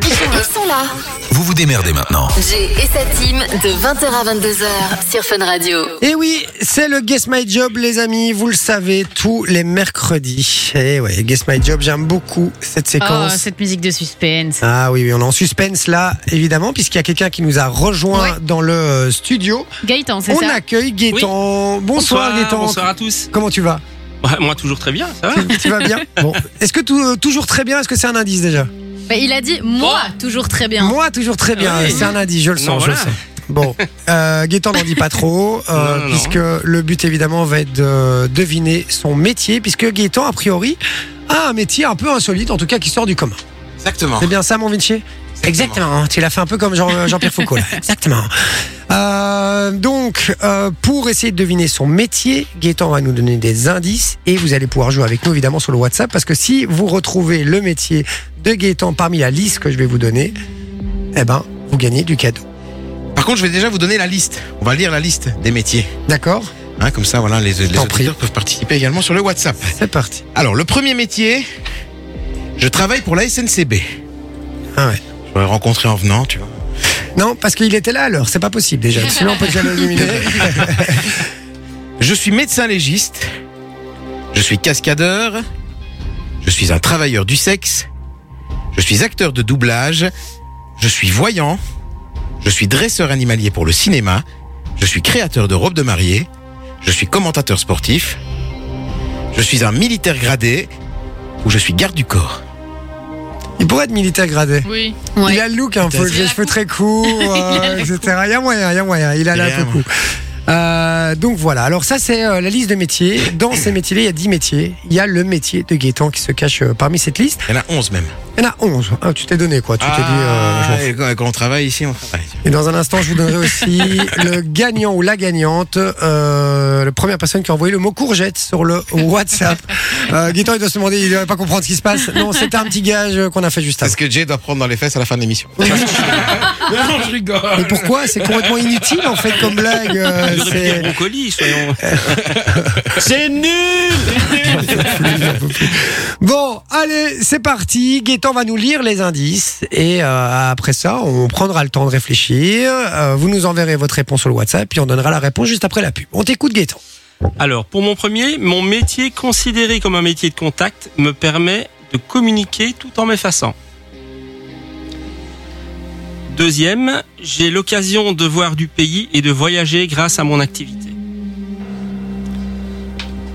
S1: Ils sont là.
S2: Vous vous démerdez maintenant.
S1: Jay et sa team de 20h à 22h sur Fun Radio.
S3: Et Eh oui, c'est le Guess My Job, les amis. Vous le savez, tous les mercredis. Et ouais, Guess My Job, j'aime beaucoup cette
S4: Oh,
S6: Ah,
S3: séquence.
S4: cette musique de suspense.
S3: Ah oui, oui, on est en suspense là, évidemment, puisqu'il y a quelqu'un qui nous a rejoint
S4: Ouais.
S3: dans le euh, studio.
S4: Gaëtan, c'est
S3: On
S4: ça
S3: accueille Gaëtan. Bonsoir, Gaëtan.
S8: Bonsoir à tous.
S3: Comment tu vas
S8: Bah, moi toujours très bien, ça va.
S3: Tu vas bien Bon. Est-ce que tout- euh, toujours très bien Est-ce que c'est un indice déjà
S4: Bah, Il a dit moi, toujours très bien.
S3: Moi, toujours très bien.
S8: Oui.
S3: C'est un indice, je le sens,
S8: Non,
S3: je
S8: voilà.
S3: le sens. Bon, euh, Gaëtan n'en dit pas trop, euh,
S8: Non, non, non.
S3: puisque le but évidemment va être de euh, deviner son métier, puisque Gaëtan, a priori, a un métier un peu insolite, en tout cas qui sort du commun.
S5: Exactement.
S3: C'est bien ça, mon Vinci Exactement. Tu l'as fait un peu comme Jean- euh, Jean-Pierre Foucault. là. Exactement. Euh, donc, euh, pour essayer de deviner son métier, Gaëtan va nous donner des indices et vous allez pouvoir jouer avec nous évidemment sur le WhatsApp parce que si vous retrouvez le métier de Gaëtan parmi la liste que je vais vous donner, eh ben, vous gagnez du cadeau.
S5: Par contre, je vais déjà vous donner la liste. On va lire la liste des métiers.
S3: D'accord
S5: Hein, comme ça, voilà, les, les
S3: T'en
S5: auditeurs
S3: prie.
S5: peuvent participer également sur le WhatsApp.
S3: C'est parti.
S5: Alors, le premier métier, je travaille pour la SNCB.
S3: Ah ouais.
S5: Je l'ai rencontré en venant, tu vois.
S3: Non, parce qu'il était là alors, c'est pas possible déjà. Sinon, on peut déjà l'éliminer.
S5: Je suis médecin légiste. Je suis cascadeur. Je suis un travailleur du sexe. Je suis acteur de doublage. Je suis voyant. Je suis dresseur animalier pour le cinéma. Je suis créateur de robes de mariée. Je suis commentateur sportif. Je suis un militaire gradé. Ou je suis garde du corps.
S3: Il pourrait être militaire gradé.
S6: Oui.
S4: Ouais.
S3: Il a le look un peu,
S5: Peut-être.
S3: les
S6: la
S3: cheveux
S6: coupe.
S3: très courts, euh, etc. Il y a moyen, il y a moyen, il a
S5: Il
S3: la
S5: y a
S3: peu
S5: moyen.
S3: court. Euh, donc voilà, alors ça c'est euh, la liste de métiers. Dans ces métiers-là, il y a 10 métiers. Il y a le métier de Gaëtan qui se cache euh, parmi cette liste.
S5: Il y en a 11 même. Ah,
S3: Il y en a 11. Ah, tu t'es donné quoi Tu t'es dit. euh, je m'en fous.
S5: et quand, quand on travaille ici, on travaille.
S3: Et dans un instant, je vous donnerai aussi le gagnant ou la gagnante, euh, la première personne qui a envoyé le mot courgette sur le WhatsApp. Euh, Gaëtan, il doit se demander, il ne doit pas comprendre ce qui se passe. Non, c'était un petit gage euh, qu'on a fait juste
S5: C'est
S3: avant.
S5: ce que Jay doit prendre dans les fesses à la fin de l'émission.
S8: Non, je rigole.
S3: Mais pourquoi C'est complètement inutile en fait comme blague. euh,
S8: Il aurait pu dire
S3: c'est-
S8: brocoli, soyons.
S5: C'est nul
S3: Bon, allez, c'est parti. Gaëtan va nous lire les indices et euh, après ça, on prendra le temps de réfléchir. Euh, vous nous enverrez votre réponse sur le WhatsApp, puis on donnera la réponse juste après la pub. On t'écoute, Gaëtan.
S8: Alors, pour mon premier, mon métier considéré comme un métier de contact me permet de communiquer tout en m'effaçant. Deuxième, j'ai l'occasion de voir du pays et de voyager grâce à mon activité.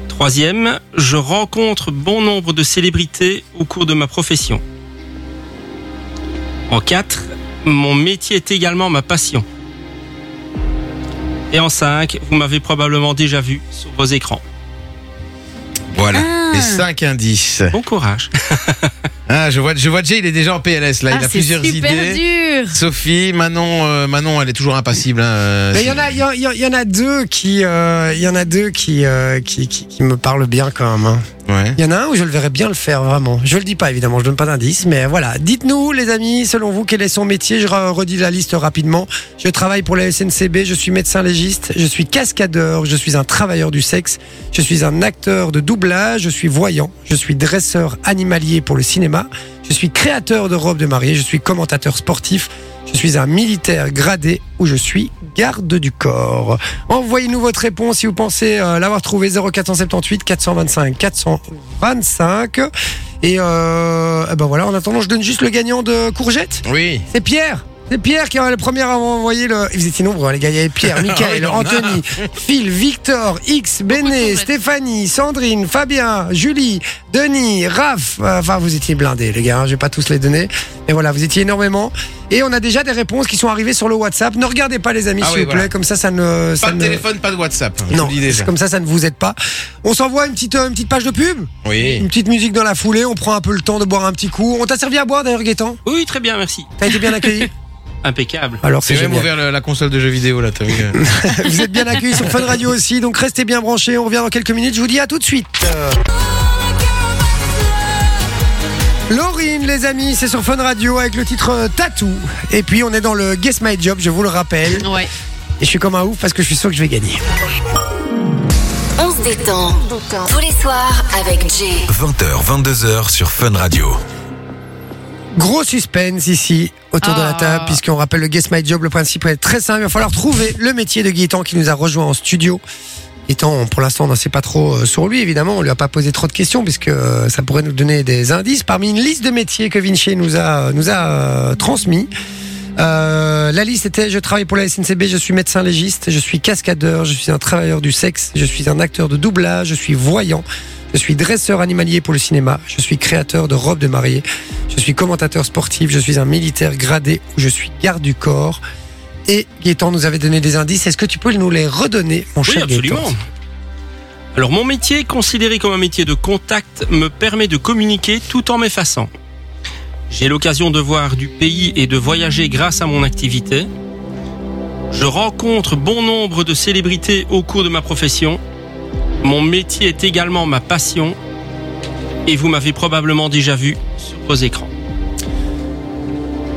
S8: Troisième, je rencontre bon nombre de célébrités au cours de ma profession. En quatre, mon métier est également ma passion. Et en 5, vous m'avez probablement déjà vu sur vos écrans.
S5: Voilà,
S4: Ah.
S5: les 5 indices.
S8: Bon courage.
S5: Ah, je vois, je vois Jay, il est déjà en PLS là,
S4: Ah,
S5: Bah, il a
S4: c'est
S5: plusieurs
S4: super
S5: idées.
S4: dur.
S5: Sophie, Manon, euh, Manon, elle est toujours impassible. hein, euh,
S3: Mais il y
S5: c'est-
S3: en a, il y en- il y en- il y en a deux qui, euh, il y en a deux qui, euh, qui, qui, qui me parlent bien quand même. hein.
S5: Ouais.
S3: Il y en a un où je le verrais bien le faire vraiment. Je le dis pas évidemment, je donne pas d'indice, mais voilà. Dites-nous les amis, selon vous quel est son métier Je re- redis la liste rapidement. Je travaille pour la SNCB, je suis médecin légiste, je suis cascadeur, je suis un travailleur du sexe, je suis un acteur de doublage, je suis voyant, je suis dresseur animalier pour le cinéma, je suis créateur de robes de mariée, je suis commentateur sportif, je suis un militaire gradé ou je suis garde du corps. Envoyez-nous votre réponse si vous pensez euh, l'avoir trouvé 0478 425 425. Et euh, eh ben voilà, en attendant, je donne juste le gagnant de courgette.
S5: Oui.
S3: C'est Pierre. C'est Pierre qui est le premier à avoir envoyé le. Ils étaient nombreux, hein, les gars. Il y avait Pierre,
S5: Ah oui, il
S3: Michael,
S5: y en a.
S3: Anthony, Phil, Victor, X, Béné,
S6: courgettes.
S3: Stéphanie, Sandrine, Fabien, Julie, Denis, Raph. Euh, Enfin, vous étiez blindés, les gars. hein, Je vais pas tous les donner. Mais voilà, vous étiez énormément. Et on a déjà des réponses qui sont arrivées sur le WhatsApp. Ne regardez pas, les amis,
S5: Ah
S3: s'il
S5: oui,
S3: vous plaît.
S5: voilà.
S3: Comme ça, ça ne. ça
S5: Pas de
S3: ne-
S5: téléphone, pas de WhatsApp. je
S3: Non,
S5: vous le dis déjà.
S3: comme ça, ça ne vous aide pas. On s'envoie une petite, euh, une petite page de pub,
S5: Oui.
S3: une petite musique dans la foulée. On prend un peu le temps de boire un petit coup. On t'a servi à boire d'ailleurs, Gaëtan
S8: Oui, très bien, merci.
S3: T'as été bien accueilli
S8: Impeccable.
S3: Alors,
S5: J'ai
S3: c'est
S5: même
S3: génial.
S5: ouvert le- la console de jeux vidéo là, t'as vu. euh.
S3: Vous êtes bien accueillis sur Fun Radio aussi, donc restez bien branchés. On revient dans quelques minutes. Je vous dis à tout de suite. Laurine, les amis, c'est sur Fun Radio avec le titre euh, Tattoo. Et puis on est dans le Guess My Job, je vous le rappelle.
S4: Ouais.
S3: Et je suis comme un ouf parce que je suis sûr que je vais gagner.
S1: On se détend. Tous les soirs avec Jay.
S2: 20h, 22h sur Fun Radio.
S3: Gros suspense ici autour de la
S6: Ah.
S3: table, puisqu'on rappelle le Guess My Job, le principe est très simple. Il va falloir trouver le métier de Guitan qui nous a rejoint en studio. Guitan, pour l'instant, on n'en sait pas trop euh, sur lui, évidemment. On lui a pas posé trop de questions, puisque euh, ça pourrait nous donner des indices parmi une liste de métiers que Vinci nous a, nous a euh, transmis. Euh, la liste était je travaille pour la SNCB, je suis médecin légiste, je suis cascadeur, je suis un travailleur du sexe, je suis un acteur de doublage, je suis voyant, je suis dresseur animalier pour le cinéma, je suis créateur de robes de mariée, je suis commentateur sportif, je suis un militaire gradé ou je suis garde du corps. Et Gaëtan nous avait donné des indices. Est-ce que tu peux nous les redonner, mon
S8: Oui,
S3: cher
S8: absolument.
S3: Gaëtan
S8: Alors, mon métier, considéré comme un métier de contact, me permet de communiquer tout en m'effaçant. J'ai l'occasion de voir du pays et de voyager grâce à mon activité. Je rencontre bon nombre de célébrités au cours de ma profession. Mon métier est également ma passion. Et vous m'avez probablement déjà vu sur vos écrans.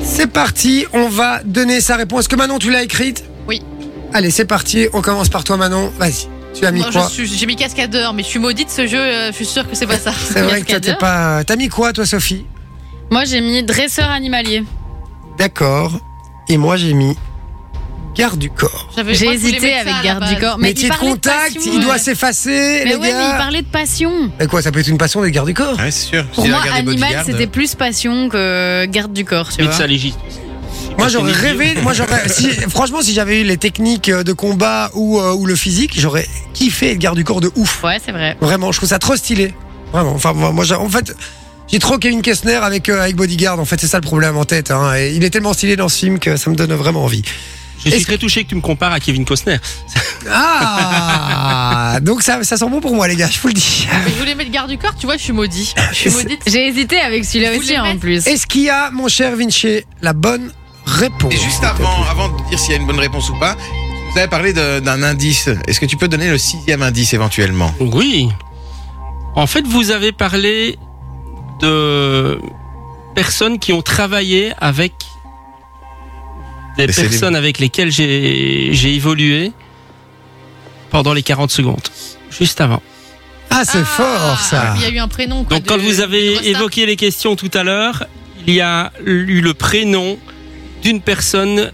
S3: C'est parti, on va donner sa réponse. Est-ce que Manon, tu l'as écrite
S6: Oui.
S3: Allez, c'est parti. On commence par toi, Manon. Vas-y. Tu as mis
S6: Moi, je
S3: quoi
S6: suis- j'ai mis cascadeur, mais je suis maudite ce jeu, euh, je suis sûre que c'est pas ça.
S3: C'est vrai que toi, t'es
S4: cascadeur.
S3: pas. T'as mis quoi, toi, Sophie
S4: Moi, j'ai mis dresseur animalier.
S3: D'accord. Et moi, j'ai mis garde du corps.
S6: J'avais- je
S4: J'ai
S6: crois que je voulais
S4: hésité
S6: mettre
S4: avec
S6: ça à la
S4: garde du
S6: base.
S4: corps. Oh, Mais
S3: Métier
S4: il
S3: de
S4: parlait
S3: contact,
S4: passion,
S3: il
S4: ouais.
S3: doit s'effacer,
S4: Mais
S3: les
S4: ouais, mais il
S3: gars.
S4: parlait de passion.
S3: Mais quoi, ça peut être une passion des gardes du corps
S5: Ouais, c'est sûr.
S4: Pour
S5: Si
S4: moi,
S5: la garde des
S4: animal,
S5: bodyguards,
S4: c'était plus passion que garde du corps, tu vois.
S8: Pizza légiste.
S3: Moi j'aurais rêvé, moi j'aurais, si, franchement si j'avais eu les techniques euh, de combat ou, euh, ou le physique, j'aurais kiffé le garde du corps de ouf.
S4: Ouais, c'est vrai.
S3: Vraiment, je trouve ça trop stylé. Vraiment, enfin moi moi, j'ai- en fait j'ai trop Kevin Kessner avec, euh, avec Bodyguard, en fait c'est ça le problème en tête. hein. Et il est tellement stylé dans ce film que ça me donne vraiment envie.
S8: Je suis
S3: Est-ce-
S8: très touché que tu me compares à Kevin Costner.
S3: Ah Donc ça, ça sent bon pour moi les gars, je vous le dis.
S6: Mais je voulais mettre garde du corps, tu vois, je suis maudite. Je suis maudite.
S4: J'ai hésité avec celui-là
S6: Vous
S4: aussi hein,
S6: les
S4: en
S6: mettez
S4: plus.
S3: Est-ce qu'il y a, mon cher Vinci, la bonne réponse
S5: Et juste avant, avant de dire s'il y a une bonne réponse ou pas, tu nous avais parlé de- d'un indice. Est-ce que tu peux donner le sixième indice éventuellement
S8: Oui. En fait, vous avez parlé de personnes qui ont travaillé avec des
S5: Mais c'est les-
S8: personnes avec lesquelles j'ai j'ai évolué pendant les 40 secondes, juste avant.
S3: Ah c'est
S6: Ah,
S3: fort ça
S6: Il y a eu un prénom. quoi,
S8: Donc quand
S6: de-
S8: vous
S6: d'une
S8: avez
S6: resta.
S8: évoqué les questions tout à l'heure, il y a eu le prénom d'une personne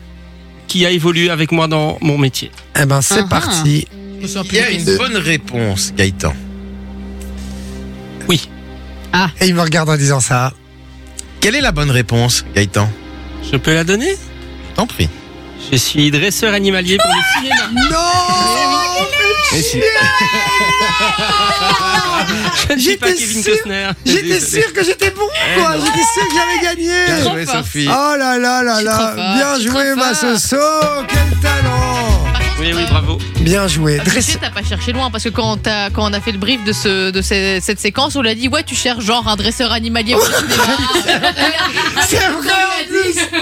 S8: qui a évolué avec moi dans mon métier.
S3: Eh ben c'est
S4: Ah, ah.
S3: parti.
S6: Je me souviens
S5: Il y a
S6: plus
S5: une
S6: de-
S5: bonne réponse, Gaëtan.
S3: Et il me regarde en disant ça.
S5: Quelle est la bonne réponse, Gaëtan
S8: Je peux la donner
S5: Je T'en prie.
S8: Je suis dresseur animalier pour le cinéma.
S3: Non
S5: Et si-
S8: Je ne suis pas
S3: J'étais
S8: Kevin
S3: sûr-
S8: Costner.
S3: J'étais sûr que j'étais bon, quoi. J'étais sûr que j'avais
S5: Bien joué,
S3: gagné.
S5: Sophie.
S3: Oh là là
S6: Je suis
S3: là
S6: trop
S3: là.
S6: fort,
S3: Bien
S6: je suis
S3: joué,
S6: trop
S3: ma
S6: fort.
S3: Soso. Quel talent.
S8: Oui, oui, bravo.
S3: Bien joué.
S6: Tu
S3: Dresse-
S6: sais, t'as pas cherché loin parce que quand, t'as- quand on a fait le brief de, ce, de ce- cette séquence, on l'a dit ouais, tu cherches genre un dresseur animalier. pour le cinéma.
S3: C'est vrai en plus.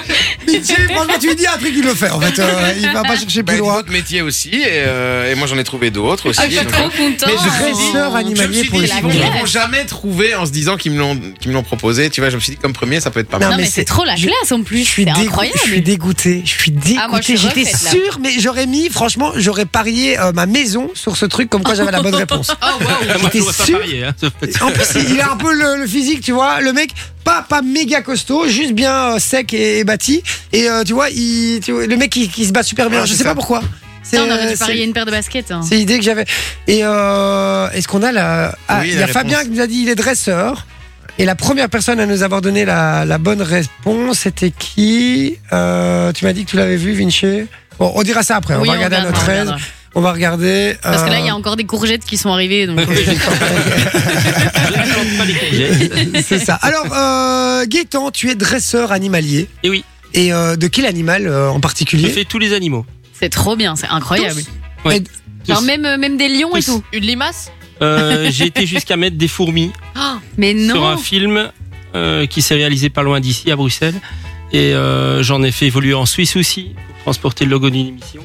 S3: Mitchell, franchement, tu lui dis un truc, il le fait. En fait, Euh, il va pas chercher
S5: Bah, il
S3: plus
S5: y a
S3: loin.
S5: d'autres métiers aussi, et, euh, et moi j'en ai trouvé d'autres aussi.
S4: Ah, je suis
S5: donc-
S4: trop contente.
S5: Mais je me suis dit-
S3: Dresseur
S5: Je me
S3: animalier
S5: suis
S3: pour
S5: dit,
S3: le
S5: ils vont-
S3: cinéma.
S5: ils l'ont jamais trouvé en se disant qu'ils me l'ont, qu'ils me l'ont proposé. Tu vois, je me suis dit, comme premier, ça peut être pas
S3: Non,
S5: mal.
S4: Non,
S3: mais
S4: mais
S3: c'est-
S4: c'est trop la
S3: je-
S4: classe en plus.
S3: Je suis,
S4: C'est
S3: dégo-
S4: incroyable.
S3: je suis dégoûté, je suis dégoûté.
S4: Ah, moi, je suis
S3: J'étais
S4: refaite, là.
S3: sûr, mais j'aurais mis, franchement, j'aurais parié euh, ma maison sur ce truc comme quoi j'avais la bonne réponse.
S6: oh, wow.
S8: Moi, je
S3: J'étais
S8: vois pas
S3: sûr.
S8: parier, hein.
S3: En plus, il a un peu le, le physique, tu vois. Le mec, pas, pas méga costaud, juste bien euh, sec et, et bâti. Et euh, tu vois, il, tu vois, le mec, il, il se bat super bien.
S5: Ouais,
S3: je
S5: c'est
S3: sais
S5: ça.
S3: pas pourquoi. C'est
S4: Putain, on aurait
S3: euh,
S4: dû parier
S3: c'est-
S4: une paire de baskets. hein.
S3: c'est l'idée que j'avais. Et euh, est-ce qu'on a la. Ah,
S5: Oui,
S3: il y
S5: la
S3: a Fabien qui
S5: réponse.
S3: nous a dit il est dresseur. Et la première personne à nous avoir donné la, la bonne réponse, c'était qui Euh, Tu m'as dit que tu l'avais vu, Vinci Bon, on dira ça après. on
S4: Oui,
S3: va regarder à
S4: regardera,
S3: notre
S4: on
S3: aise.
S4: regardera.
S3: On va regarder.
S4: Parce que là,
S3: euh,
S4: il y a encore des courgettes qui sont arrivées. Donc...
S8: Je ne plante pas les courgettes.
S3: C'est ça. Alors, euh, Gaëtan, tu es dresseur animalier.
S8: Et Eh oui,
S3: Et euh, de quel animal euh, en
S8: je
S3: particulier
S8: fais tous les animaux.
S4: C'est trop bien, c'est incroyable.
S8: Ouais,
S3: Et-
S8: tous.
S4: Genre même, euh, même des lions et
S8: Tous.
S4: tout.
S6: Une limace
S8: Euh, J'ai été jusqu'à mettre des fourmis
S4: Mais
S8: sur un
S4: non.
S8: film euh, qui s'est réalisé pas loin d'ici, à Bruxelles. Et euh, j'en ai fait évoluer en Suisse aussi, pour transporter le logo d'une émission.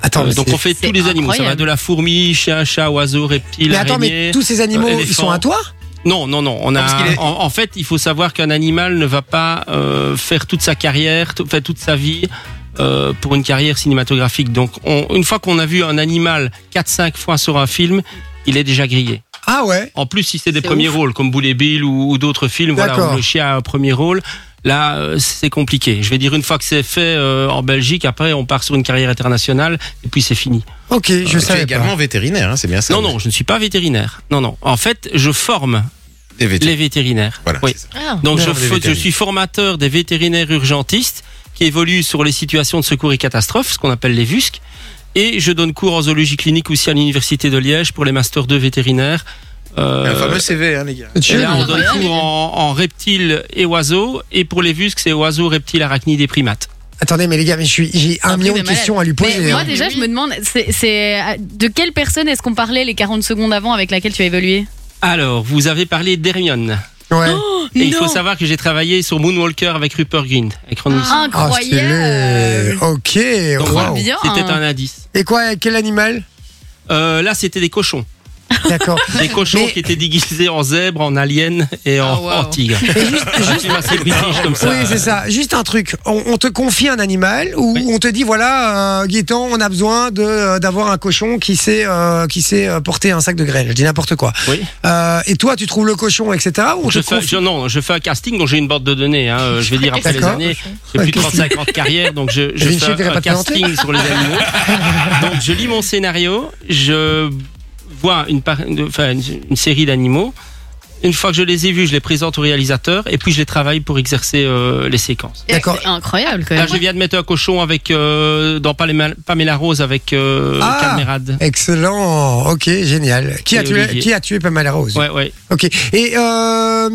S3: Attends,
S8: Euh,
S3: mais
S8: donc
S3: c'est-
S8: on fait
S4: c'est
S8: tous les animaux. Ça va
S4: incroyable.
S8: de la fourmi, chien, chat, oiseau, reptile,
S3: mais attends, mais
S8: araignée.
S3: tous ces animaux, ils
S8: euh, éléphant.
S3: sont à toi
S8: Non, non, non. On
S5: Non, parce
S8: a,
S5: qu'il est-
S8: en, en fait, il faut savoir qu'un animal ne va pas euh, faire toute sa carrière, tout, enfin, toute sa vie euh, pour une carrière cinématographique. Donc, on- une fois qu'on a vu un animal 4-5 fois sur un film, il est déjà grillé.
S3: Ah ouais
S8: En plus, si c'est des
S4: C'est
S8: premiers rôles, comme Boulet Bill ou, ou d'autres films, voilà,
S3: D'accord.
S8: où le chien a un premier rôle, là, euh, c'est compliqué. Je vais dire, une fois que c'est fait euh, en Belgique, après, on part sur une carrière internationale et puis c'est fini.
S3: Ok,
S8: Euh,
S3: je
S5: Tu es
S3: savais
S5: également
S3: pas.
S5: vétérinaire, hein, c'est bien ça.
S8: Non, non, je ne suis pas vétérinaire. Non, non. En fait, je forme
S5: Des vétérinaires.
S8: les vétérinaires.
S5: Voilà.
S8: Oui.
S5: c'est ça.
S6: ah.
S8: Donc
S5: Non,
S8: je,
S5: des
S8: fais- je
S5: vétérinaires.
S8: suis formateur des vétérinaires urgentistes qui évoluent sur les situations de secours et catastrophes, ce qu'on appelle les VUSC. Et je donne cours en zoologie clinique aussi à l'université de Liège pour les masters 2 vétérinaires. Euh,
S5: Un fameux CV, hein, les gars.
S8: et là, on
S3: Chill.
S8: donne cours en, en reptiles et oiseaux. Et pour les VUSC, c'est oiseaux, reptiles, arachnides et primates.
S3: Attendez, mais les gars, mais je suis- j'ai un
S4: Un
S3: million de
S4: truc de
S3: questions à lui
S4: Mais
S3: poser.
S4: moi
S3: hein.
S6: oui.
S4: déjà,
S6: Mais
S4: je me demande, c'est- c'est euh, de quelle personne est-ce qu'on parlait les 40 secondes avant avec laquelle tu as évolué
S8: Alors, vous avez parlé d'Hermione.
S3: Ouais.
S8: Et il
S4: Non.
S8: faut savoir que j'ai travaillé sur Moonwalker avec Rupert Grint. avec Ron Wilson.
S3: Ah,
S4: Incroyable.
S3: stylé. Ok,
S8: Donc
S3: wow.
S8: voilà,
S4: bien.
S8: c'était un indice.
S3: Et quoi, quel animal
S8: Euh, là, c'était des cochons.
S3: D'accord.
S8: Des cochons
S3: Mais-
S8: qui étaient déguisés en zèbre, en alien et en,
S6: Ah, wow.
S8: en tigre.
S3: Et juste-
S8: Tu vois, c'est british comme ça.
S3: Oui, c'est ça. Juste un truc. On, on te confie un animal ou on te dit voilà, euh, Gaëtan, on a besoin de euh, d'avoir un cochon qui sait euh, qui sait euh, porter un sac de graines. Je dis n'importe quoi.
S8: Oui.
S3: Euh, et toi, tu trouves le cochon, etc. Ou on
S8: Je
S3: te
S8: fais,
S3: confie-
S8: je- non, je fais un casting, donc j'ai une bande de données. hein, euh, je vais dire après les
S3: D'accord.
S8: années, j'ai plus de
S3: Ok.
S8: 35 ans de carrière, donc je, je
S3: Vinci,
S8: fais
S3: t'es
S8: un,
S3: pas présenté
S8: casting sur les animaux. Donc je lis mon scénario, je vois une, par- une- enfin, une- une série d'animaux. Une fois que je les ai vus, je les présente au réalisateur et puis je les travaille pour exercer euh, les séquences.
S3: D'accord.
S4: C'est incroyable quand
S8: Là,
S4: même.
S8: je viens de mettre un cochon avec euh, dans Pamela Pamela Rose avec euh,
S3: Ah
S8: Calmerade.
S3: Excellent. Ok, génial. Qui
S8: Et
S3: a tué
S8: Olivier.
S3: Qui a tué Pamela Rose
S8: Ouais, ouais.
S3: Ok. Et euh,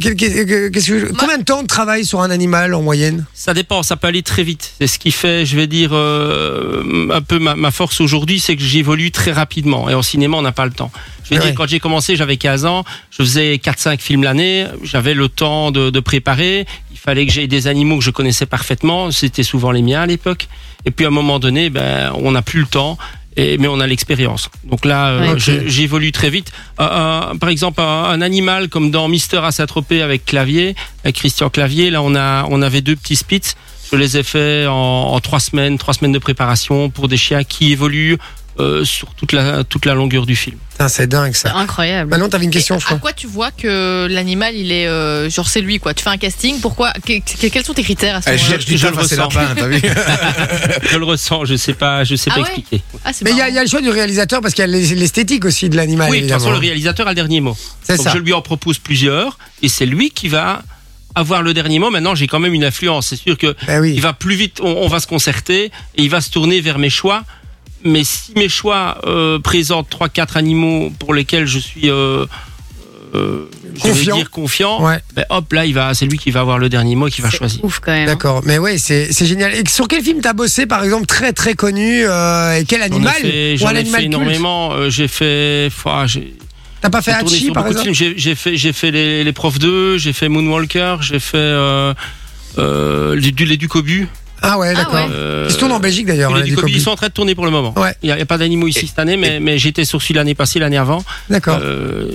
S3: quel- qu'est- qu'est-ce que je-
S8: Bah-
S3: combien de temps de travail sur un animal en moyenne
S8: Ça dépend, ça peut aller très vite. C'est ce qui fait, je vais dire, euh, un peu ma, ma force aujourd'hui, c'est que j'évolue très rapidement. Et en cinéma, on n'a pas le temps. Je vais
S3: Ouais.
S8: dire, quand j'ai commencé, j'avais 15 ans, je faisais 4-5 films l'année, j'avais le temps de, de préparer, il fallait que j'aie des animaux que je connaissais parfaitement, c'était souvent les miens à l'époque. Et puis à un moment donné, ben, on n'a plus le temps. Et, mais on a l'expérience. Donc là, euh,
S3: Ouais.
S8: je- j'évolue très vite. Un- un- par exemple, un, un animal comme dans Mister à Saint-Tropez avec Clavier, avec Christian Clavier, là on a, on avait deux petits spits. Je les ai faits en, en trois semaines, trois semaines de préparation pour des chiens qui évoluent euh, sur toute la toute la longueur du film.
S3: Putain, C'est dingue ça.
S4: Incroyable.
S3: Manon, t'avais une question,
S6: à
S3: je crois.
S8: ah,
S6: quoi tu vois que l'animal, il est. euh, genre, c'est lui, quoi. Tu fais un casting, pourquoi que- que- Quels sont tes critères à ce
S3: Ah,
S5: Elle
S6: moment-là
S5: cherche du
S8: je le
S5: taf à ses
S8: ressens.
S5: lapins, t'as vu
S8: Je le ressens, je sais pas, je sais
S6: Ah
S8: pas
S6: ouais
S8: expliquer.
S6: Ah, c'est
S3: Mais il y, a-
S6: marrant.
S3: il y a le choix du réalisateur parce qu'il y a l'es- l'esthétique aussi de l'animal.
S8: oui, de toute
S3: évidemment.
S8: façon le réalisateur a le dernier mot.
S3: C'est
S8: Donc
S3: ça.
S8: je lui en propose plusieurs et c'est lui qui va avoir le dernier mot. Maintenant, j'ai quand même une influence. C'est sûr que
S3: Eh oui.
S8: il va plus vite, on, on va se concerter et il va se tourner vers mes choix. Mais si mes choix euh, présentent trois quatre animaux pour lesquels je suis euh, euh, je vais
S3: Confiant.
S8: dire confiant,
S3: Ouais,
S8: ben hop là, il va, c'est lui qui va avoir le dernier mot, et qui va
S4: C'est
S8: choisir.
S4: Ouf quand même.
S3: d'accord. Mais ouais, c'est c'est génial. Et sur quel film t'as bossé, par exemple, très très connu euh, Et quel
S8: J'en ai
S3: animal
S8: fait-
S3: Ou
S8: J'en
S3: un
S8: ai
S3: animal
S8: fait
S3: culte
S8: énormément. euh, J'ai fait, ouah, j'ai
S3: T'as pas fait
S8: j'ai tourné
S3: Hachi,
S8: sur
S3: par
S8: beaucoup de
S3: exemple
S8: films. J'ai j'ai fait, j'ai fait les, les profs 2, j'ai fait Moonwalker, j'ai fait euh, euh, les, du- les Ducobu.
S3: Ah ouais, d'accord.
S4: ouais.
S8: Euh,
S3: Ils se tournent en Belgique d'ailleurs.
S8: les
S3: hein, les
S8: Ducobu,
S3: Ducobu.
S8: ils sont en train de tourner pour le moment.
S3: Ouais.
S8: Il n'y a, il y a pas d'animaux ici cette année, mais, mais j'étais sur celui l'année passée, l'année avant.
S3: D'accord.
S8: Euh,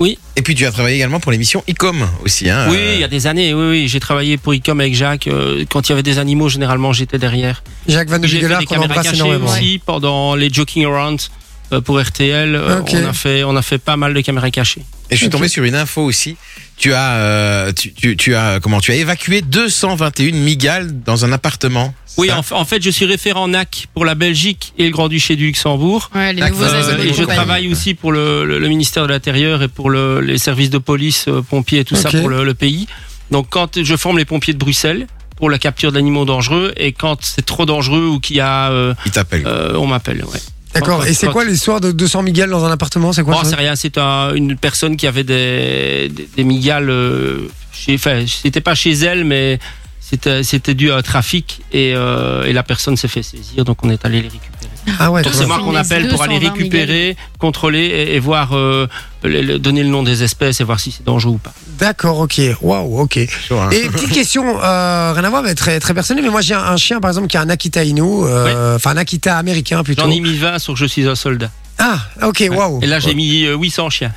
S5: Et puis tu as travaillé également pour l'émission Icom aussi. Hein,
S8: Oui,
S5: euh,
S8: il y a des années. Oui, oui, j'ai travaillé pour Icom avec Jacques. euh, quand il y avait des animaux, généralement, j'étais derrière.
S3: Jacques Van de
S8: J'ai fait
S3: Bigelaar
S8: des
S3: qu'on
S8: caméras
S3: embrasse
S8: cachées
S3: énormément.
S8: aussi pendant les joking around euh, pour RTL. euh,
S3: Ok.
S8: On a fait, on a fait pas mal de caméras cachées.
S5: Et je suis
S3: Ok.
S5: tombé sur une info aussi. Tu as, euh, tu, tu, tu as, comment tu as évacué 221 migales dans un appartement. c'est
S8: Oui,
S5: ça
S8: en, en fait, je suis référent NAC pour la Belgique et le Grand-Duché du Luxembourg.
S4: Ouais, les
S5: D'accord.
S4: nouveaux
S5: Vous avez
S8: Euh,
S5: des
S4: animaux
S8: et
S4: de
S8: je
S5: compagnies,
S4: compagnie.
S8: travaille aussi pour le, le- le ministère de l'Intérieur et pour le- les services de police, euh, pompiers et tout
S3: Ok.
S8: ça pour le, le pays. Donc quand je forme les pompiers de Bruxelles pour la capture d'animaux dangereux et quand c'est trop dangereux ou qu'il y a, euh,
S5: il t'appelle.
S8: euh, on m'appelle. Ouais.
S3: D'accord.
S8: Quand-
S3: Et c'est
S8: quand-
S3: quoi l'histoire de 200 Miguel dans un appartement C'est quoi
S8: Oh,
S3: ça
S8: c'est rien, c'est un- une personne qui avait des, des, des migales. euh, chez- Enfin, c'était pas chez elle, mais c'était c'était dû à un trafic et, euh, et la personne s'est fait saisir, donc on est allé les récupérer.
S3: Ah ouais.
S8: Donc
S3: d'accord.
S8: c'est moi
S4: c'est
S8: qu'on
S4: les
S8: appelle pour aller
S4: 220
S8: récupérer, contrôler et, et voir, euh, le- le- donner le nom des espèces et voir si c'est dangereux ou pas.
S3: D'accord. Ok. Waouh. Ok.
S5: Chaud, hein.
S3: Et petite question, euh, rien à voir, mais très très personnelle. Mais moi j'ai un, un chien par exemple qui est un Akita Inu, euh, enfin un Akita américain plutôt.
S8: J'en ai mis 20 sur Je suis un soldat.
S3: Ah. Ok. Waouh.
S8: Et là j'ai mis euh, 800 chiens.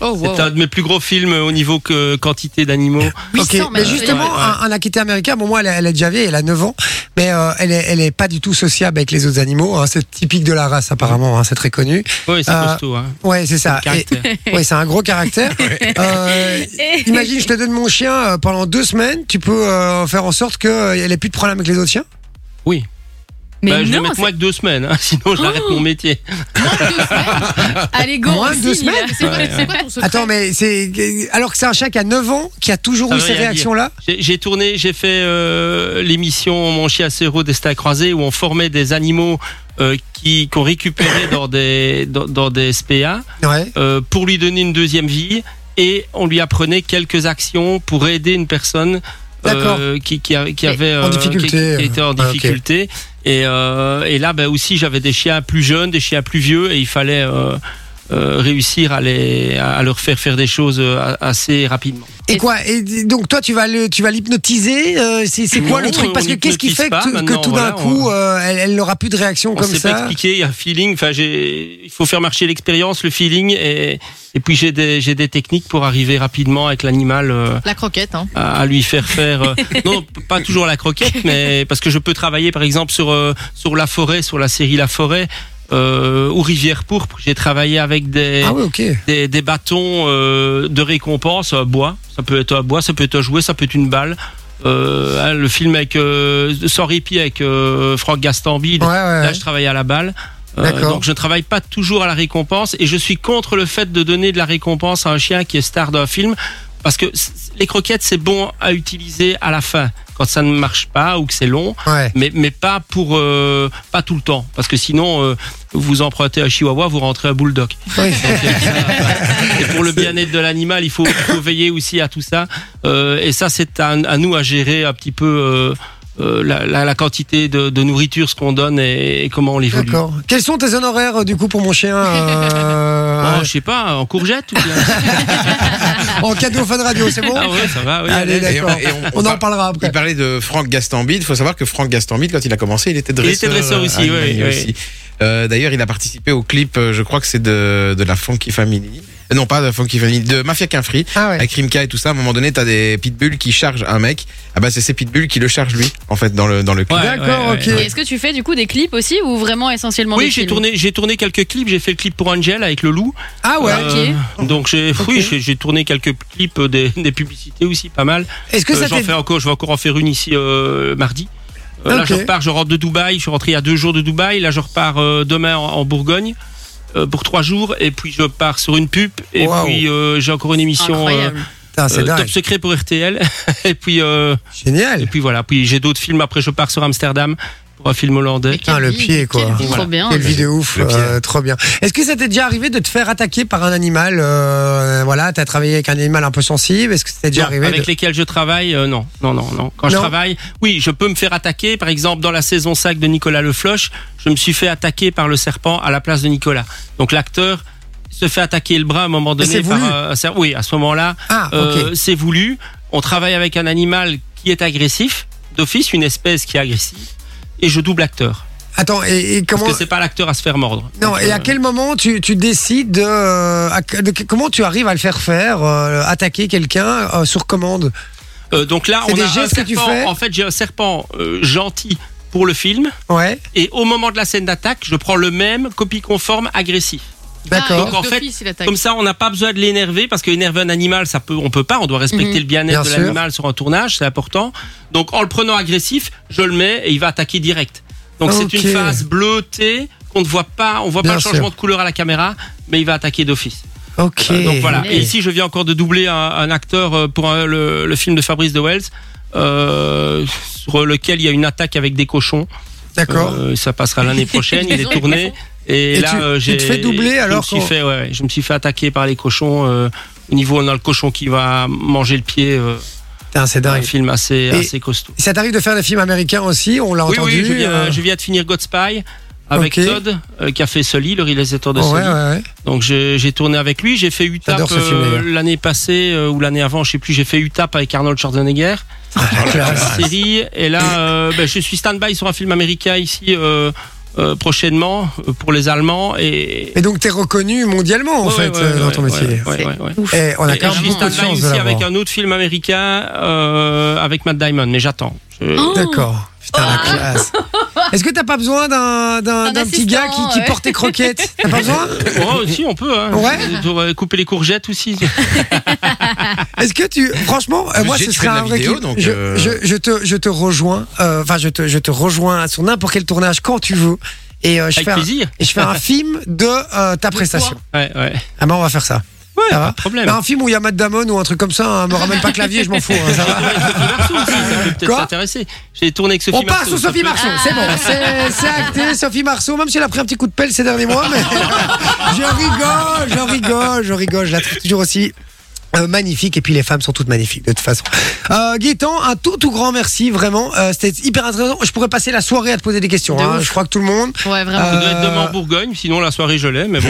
S6: Oh, wow.
S8: C'est un de mes plus gros films euh, au niveau que quantité d'animaux.
S3: Ok,
S4: 800,
S3: mais
S4: même.
S3: justement,
S8: ouais.
S3: Un, un acquitté américain, bon, moi, elle, est- elle est déjà vieille, elle a 9 ans, mais euh, elle, est, elle est pas du tout sociable avec les autres animaux. hein. c'est typique de la race, apparemment, hein, c'est très connu.
S8: Oui, c'est
S3: Euh,
S8: costaud. Hein.
S3: Ouais, c'est ça. Et-
S8: Caractère.
S3: ouais, c'est un gros caractère. Euh, imagine, je te donne mon chien euh, pendant deux semaines, tu peux euh, faire en sorte qu'elle ait plus de problème avec les autres chiens
S4: Mais
S8: Bah, je vais
S4: non,
S8: mettre
S4: c'est- Oh.
S8: moins que deux semaines, hein, sinon j'arrête mon métier.
S4: allez go,
S3: Moins de
S4: on
S3: deux
S4: signe, là.
S3: semaines
S6: C'est quoi, c'est quoi ton secret
S3: Attends, mais c'est. Alors que c'est un chien qui a 9 ans, qui a toujours
S8: Ça
S3: eu
S8: veut
S3: ces
S8: rien dire.
S3: réactions-là
S8: J'ai j'ai tourné, j'ai fait euh, l'émission Mon chien Céro Destin croisé où on formait des animaux euh, qui qu'on récupérait dans des dans, dans des SPA
S3: Ouais.
S8: euh, pour lui donner une deuxième vie et on lui apprenait quelques actions pour aider une personne euh,
S3: D'accord.
S8: qui qui, a- qui
S4: Mais-
S8: avait
S3: En
S8: qui-
S3: difficulté,
S8: qui,
S3: euh,
S8: était
S3: ah,
S8: en
S3: ok.
S8: difficulté et euh, et là ben aussi j'avais des chiens plus jeunes, des chiens plus vieux et il fallait euh, euh, réussir à, les, à leur faire faire des choses euh, assez rapidement.
S3: Et quoi Et donc toi, tu vas le, tu vas l'hypnotiser. euh, c'est c'est quoi
S8: Non,
S3: le truc Parce
S8: on
S3: que qu'est-ce qui
S8: l'hypnotise
S3: fait
S8: pas,
S3: que, tout- que
S8: maintenant,
S3: tout d'un
S8: voilà,
S3: coup,
S8: on-
S3: euh, elle, elle n'aura plus de réaction
S8: On
S3: comme
S8: sait pas
S3: ça
S8: expliquer, il y a un feeling, enfin, j'ai, il faut faire marcher l'expérience, le feeling, et, et puis j'ai des, j'ai des techniques pour arriver rapidement avec l'animal euh,
S6: La croquette, hein.
S8: à, à lui faire faire, euh, non, p- pas toujours la croquette, mais parce que je peux travailler par exemple sur, euh, sur la forêt, sur la série La Forêt, euh, ou Rivière Pourpre, j'ai travaillé avec des,
S3: Ah oui, ok.
S8: des, des bâtons euh, de récompense, un bois, ça peut être un bois, ça peut être un jouet, ça peut être une balle. Euh, hein, le film avec euh, Sans répit avec euh, Franck Gastambide,
S3: Ouais, ouais,
S8: là
S3: ouais.
S8: je travaille à la balle. Euh,
S3: D'accord.
S8: donc je ne travaille pas toujours à la récompense et je suis contre le fait de donner de la récompense à un chien qui est star d'un film parce que c- les croquettes c'est bon à utiliser à la fin quand ça ne marche pas ou que c'est long
S3: ouais.
S8: mais, mais pas pour euh, pas tout le temps parce que sinon euh, vous empruntez un chihuahua vous rentrez un bulldog
S3: Oui.
S8: et pour le bien-être de l'animal, il faut, il faut veiller aussi à tout ça. Euh, et ça, c'est à, à nous à gérer un petit peu euh, euh, la, la- la quantité de, de nourriture, ce qu'on donne et, et comment on l'évolue.
S3: D'accord. Quels sont tes honoraires euh, du coup pour mon chien euh,
S8: Oh, je sais pas, en courgette ou bien
S3: en cadeau Fun Radio C'est bon
S8: Ah ouais, ça va, oui.
S3: Allez,
S8: allez.
S5: Et on-
S3: d'accord.
S5: et on-
S3: On en
S5: on par-
S3: parlera après.
S5: Il parlait de Franck Gastambide. Il faut savoir que Franck Gastambide, quand il a commencé, il était dresseur.
S8: était dresseur
S5: euh,
S8: aussi,
S5: animalier
S8: ouais, ouais.
S5: Euh, D'ailleurs, il a participé au clip, euh, je crois que c'est de, de la Funky Family. Euh, Non, pas de la Funky Family, de Mafia Quinfree.
S3: Ah ouais.
S5: Avec Rimka et tout ça, à un moment donné, t'as des pitbulls qui chargent un mec. Ah bah, c'est ces pitbulls qui le chargent lui, en fait, dans le, dans le clip.
S8: Ouais,
S3: D'accord,
S8: ouais,
S3: ok.
S8: ouais.
S4: Et est-ce que tu fais du coup des clips aussi ou vraiment essentiellement des
S8: Oui, j'ai
S4: films
S8: tourné, j'ai tourné quelques clips. J'ai fait le clip pour Angel avec le loup.
S3: Ah ouais.
S8: Euh, Donc j'ai, oui, j'ai, j'ai tourné quelques clips euh, des, des publicités aussi, pas mal.
S3: Est-ce que
S8: Euh,
S3: ça
S8: j'en
S3: t'est
S8: fais encore, je vais encore en faire une ici euh, mardi. Euh, Là,
S3: Ok.
S8: je repars, je rentre de Dubaï. Je suis rentré il y a deux jours de Dubaï. Là, je repars euh, demain en, en Bourgogne euh, pour trois jours. Et puis, je pars sur une pub. Et
S3: Waouh.
S8: puis, euh, j'ai encore une émission euh,
S4: Incroyable.
S3: Putain, c'est
S8: euh,
S3: dingue.
S8: Top Secret pour RTL. et puis, euh, et
S3: Génial.
S8: puis voilà. Puis, j'ai d'autres films. Après, je pars sur Amsterdam pour un film hollandais.
S3: Putain, le pied, quoi.
S4: Quelle vie,
S8: Voilà.
S4: Trop bien.
S3: Quelle vie de ouf,
S5: Le pied.
S3: euh, trop bien. Est-ce que ça t'est déjà arrivé de te faire attaquer par un animal euh, Voilà, t'as travaillé avec un animal un peu sensible. Est-ce que ça t'est déjà
S8: Non,
S3: arrivé
S8: avec
S3: de-
S8: lesquels je travaille, euh, non, non, non, non. Quand je
S3: Non.
S8: travaille, oui, je peux me faire attaquer. Par exemple, dans la saison 5 de Nicolas Le Floch, je me suis fait attaquer par le serpent à la place de Nicolas. Donc l'acteur se fait attaquer le bras à un moment donné.
S3: c'est
S8: par,
S3: voulu.
S8: euh, un serpent. oui, à ce moment-là,
S3: Ah, ok.
S8: euh, c'est voulu. On travaille avec un animal qui est agressif, d'office, une espèce qui est agressive, et je double acteur.
S3: Attends, et, et comment
S8: Parce que c'est pas l'acteur à se faire mordre.
S3: Non,
S8: Donc,
S3: et à
S8: euh,
S3: quel moment tu, tu décides de, euh, à- de- Comment tu arrives à le faire faire, euh, attaquer quelqu'un euh, sur commande
S8: euh, donc là,
S3: c'est
S8: on
S3: des
S8: a un
S3: gestes que tu
S8: serpent-
S3: fais
S8: En fait, j'ai un serpent euh, gentil pour le film.
S3: Ouais,
S8: Et au moment de la scène d'attaque, je prends le même copie conforme agressif.
S3: d'accord.
S8: donc, en fait,
S6: D'office, Bah, il attaque.
S8: Comme ça, on n'a pas besoin de l'énerver parce qu'énerver un animal, ça peut, on peut pas. On doit respecter le
S3: Bien
S8: bien-être de
S3: sûr.
S8: l'animal sur un tournage, c'est important. Donc, en le prenant agressif, je le mets et il va attaquer direct. Donc,
S3: Ok.
S8: c'est une phase bleutée qu'on ne voit pas, on voit
S3: Bien
S8: pas le
S3: sûr.
S8: changement de couleur à la caméra, mais il va attaquer d'office.
S3: ok.
S8: Euh, donc voilà.
S4: Mais-
S8: Et ici, je viens encore de doubler un, un acteur euh, pour un- le, le film de Fabrice de Wells, euh, sur lequel il y a une attaque avec des cochons.
S3: D'accord.
S8: Euh, ça passera l'année prochaine, il
S4: Ils ont
S8: est
S4: les
S8: tourné. Et,
S3: Et
S8: là,
S3: tu-
S8: euh,
S3: tu
S8: j'ai.
S3: te fais doubler alors
S8: Je me
S3: qu'on-
S8: suis fait, ouais, je me suis fait attaquer par les cochons. euh, au niveau, on a le cochon qui va manger le pied. euh,
S3: Putain, c'est
S8: un
S3: dingue.
S8: film assez,
S3: Et-
S8: assez costaud.
S3: Ça t'arrive de faire des films américains aussi On l'a
S8: Oui,
S3: entendu.
S8: oui, je viens,
S3: euh,
S8: je viens de finir Godspy avec
S3: Ok. Oh,
S8: Todd, euh, qui a fait Sully, le réalisateur de
S3: ouais,
S8: Sully.
S3: ouais, ouais.
S8: Donc j'ai j'ai tourné avec lui, j'ai fait UTAP
S3: J'adore ce film,
S8: euh,
S3: d'ailleurs.
S8: l'année passée euh, ou l'année avant, je sais plus, j'ai fait UTAP avec Arnold Schwarzenegger,
S3: Ah, la classe.
S8: série, et là euh, ben, je suis stand-by sur un film américain ici euh, euh, prochainement euh, pour les Allemands et...
S3: Et donc t'es reconnu mondialement en
S8: Ouais,
S3: fait
S8: ouais,
S3: euh,
S8: ouais,
S3: dans ton
S8: ouais,
S3: métier.
S8: ouais, ouais, ouais.
S3: Et Eh, on a
S8: Et
S3: quand
S8: je
S3: même
S8: suis
S3: beaucoup de
S8: stand-by
S3: chance de
S8: aussi avec
S3: l'avoir.
S8: un autre film américain euh, avec Matt Damon, mais j'attends. Je-
S3: Ah. Oh D'accord. Putain,
S8: Oh
S3: la classe. Est-ce que t'as pas besoin d'un, d'un,
S4: Un
S3: d'un petit gars qui,
S4: assistant,
S3: qui
S4: ouais.
S3: porte tes croquettes T'as pas besoin
S8: Oh, si, on peut. Hein.
S3: Ouais.
S8: Pour, euh, couper les courgettes aussi.
S3: Est-ce que tu, franchement, euh,
S5: Le
S3: moi,
S5: sujet,
S3: ce
S5: tu
S3: serait
S5: fais de
S3: un
S5: la
S3: vrai
S5: vidéo,
S3: kiff.
S5: donc,
S3: je,
S5: euh,
S3: je, je te, je te rejoins. euh, Enfin, je te, je te rejoins sur n'importe quel tournage quand tu veux. Et euh, je
S8: Avec
S3: fais, un,
S8: plaisir.
S3: et je fais un film de euh, ta prestation.
S8: Ouais, ouais.
S3: Ah ben, on va faire ça.
S8: Ouais,
S3: Ça va
S8: pas de problème.
S3: un film où il y a Matt Damon ou un truc comme ça. hein, me ramène pas clavier, je m'en fous. hein, ça va.
S8: Marceau aussi, ça peut peut-être
S3: Quoi
S8: t'intéresser. J'ai tourné avec Sophie
S3: On part
S8: Marceau,
S3: sur
S8: ça
S3: Sophie
S8: peut-
S3: Marceau, c'est
S8: Ah.
S3: bon, c'est c'est acté, Sophie Marceau, même si elle a pris un petit coup de pelle ces derniers mois, mais je rigole, je rigole, je rigole, je la trouve toujours aussi euh, magnifique et puis les femmes sont toutes magnifiques de toute façon. Euh, Gaëtan, un tout tout grand merci vraiment. Euh, C'était hyper intéressant. Je pourrais passer la soirée à te poser des questions.
S6: De
S3: hein.
S6: ouf.
S3: Je crois que tout le monde.
S6: Ouais, vraiment.
S3: Euh,
S8: Ça doit être demain en Bourgogne, sinon la soirée je l'ai, mais bon.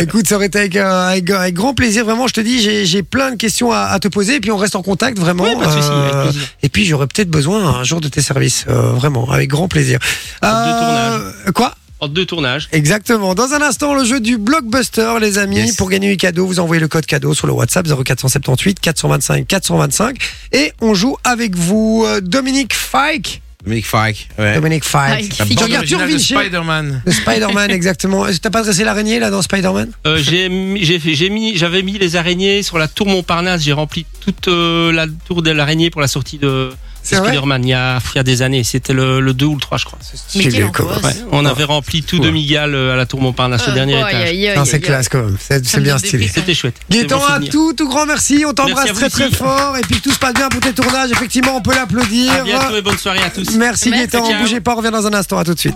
S3: Écoute, ça aurait été avec, euh, avec, avec grand plaisir. Vraiment, je te dis, j'ai- j'ai plein de questions à, à te poser. Et puis on reste en contact vraiment. Euh,
S8: Ouais, pas de souci, avec plaisir.
S3: et puis j'aurais peut-être besoin un jour de tes services. euh, vraiment, avec grand plaisir. Euh,
S8: Deux
S3: quoi
S8: Entre deux tournages.
S3: Exactement. Dans un instant, le jeu du blockbuster, les amis.
S5: Yes.
S3: Pour gagner du cadeau, vous envoyez le code cadeau sur le WhatsApp 0478 425 425 et on joue avec vous euh, Dominique Fike.
S5: Dominique Fike.
S8: Ah
S5: Ouais.
S3: Dominique Fike.
S8: bah,
S5: La
S3: Tu
S5: bande
S3: regardes
S5: originale de
S3: Turvinci.
S5: Spider-Man.
S3: De Spider-Man, exactement. Est-ce que T'as pas dressé l'araignée là dans Spider-Man
S8: Euh, j'ai mis- j'ai fait- j'ai mis, j'avais mis les araignées sur la tour Montparnasse. J'ai rempli toute euh, la tour de l'araignée pour la sortie de
S3: C'est vrai
S8: Spider-Man il y, a, il y a des années. C'était le, le 2 ou le 3 je crois.
S6: Mais
S3: J'ai
S6: quelle
S3: vu comment-
S6: angoisse.
S8: Ouais, on avait rempli tout demi-gale euh, à la tour Montparnasse, le dernier étage.
S3: Non, C'est classe quand même. C'est c'est
S6: me
S3: bien
S6: donne des
S3: stylé.
S6: frissons.
S8: C'était chouette.
S3: Gaëtan,
S8: C'est mon
S3: à
S8: souvenir.
S3: tout, tout grand merci. On t'embrasse
S8: à vous
S3: très très
S8: aussi.
S3: fort. Et puis que tout se passe bien pour tes tournages. Effectivement, on peut l'applaudir.
S8: À bientôt et bonne soirée à tous.
S3: Merci
S4: Merci,
S3: Gaëtan.
S8: ciao.
S3: Bougez pas, on revient dans un instant. À tout de suite.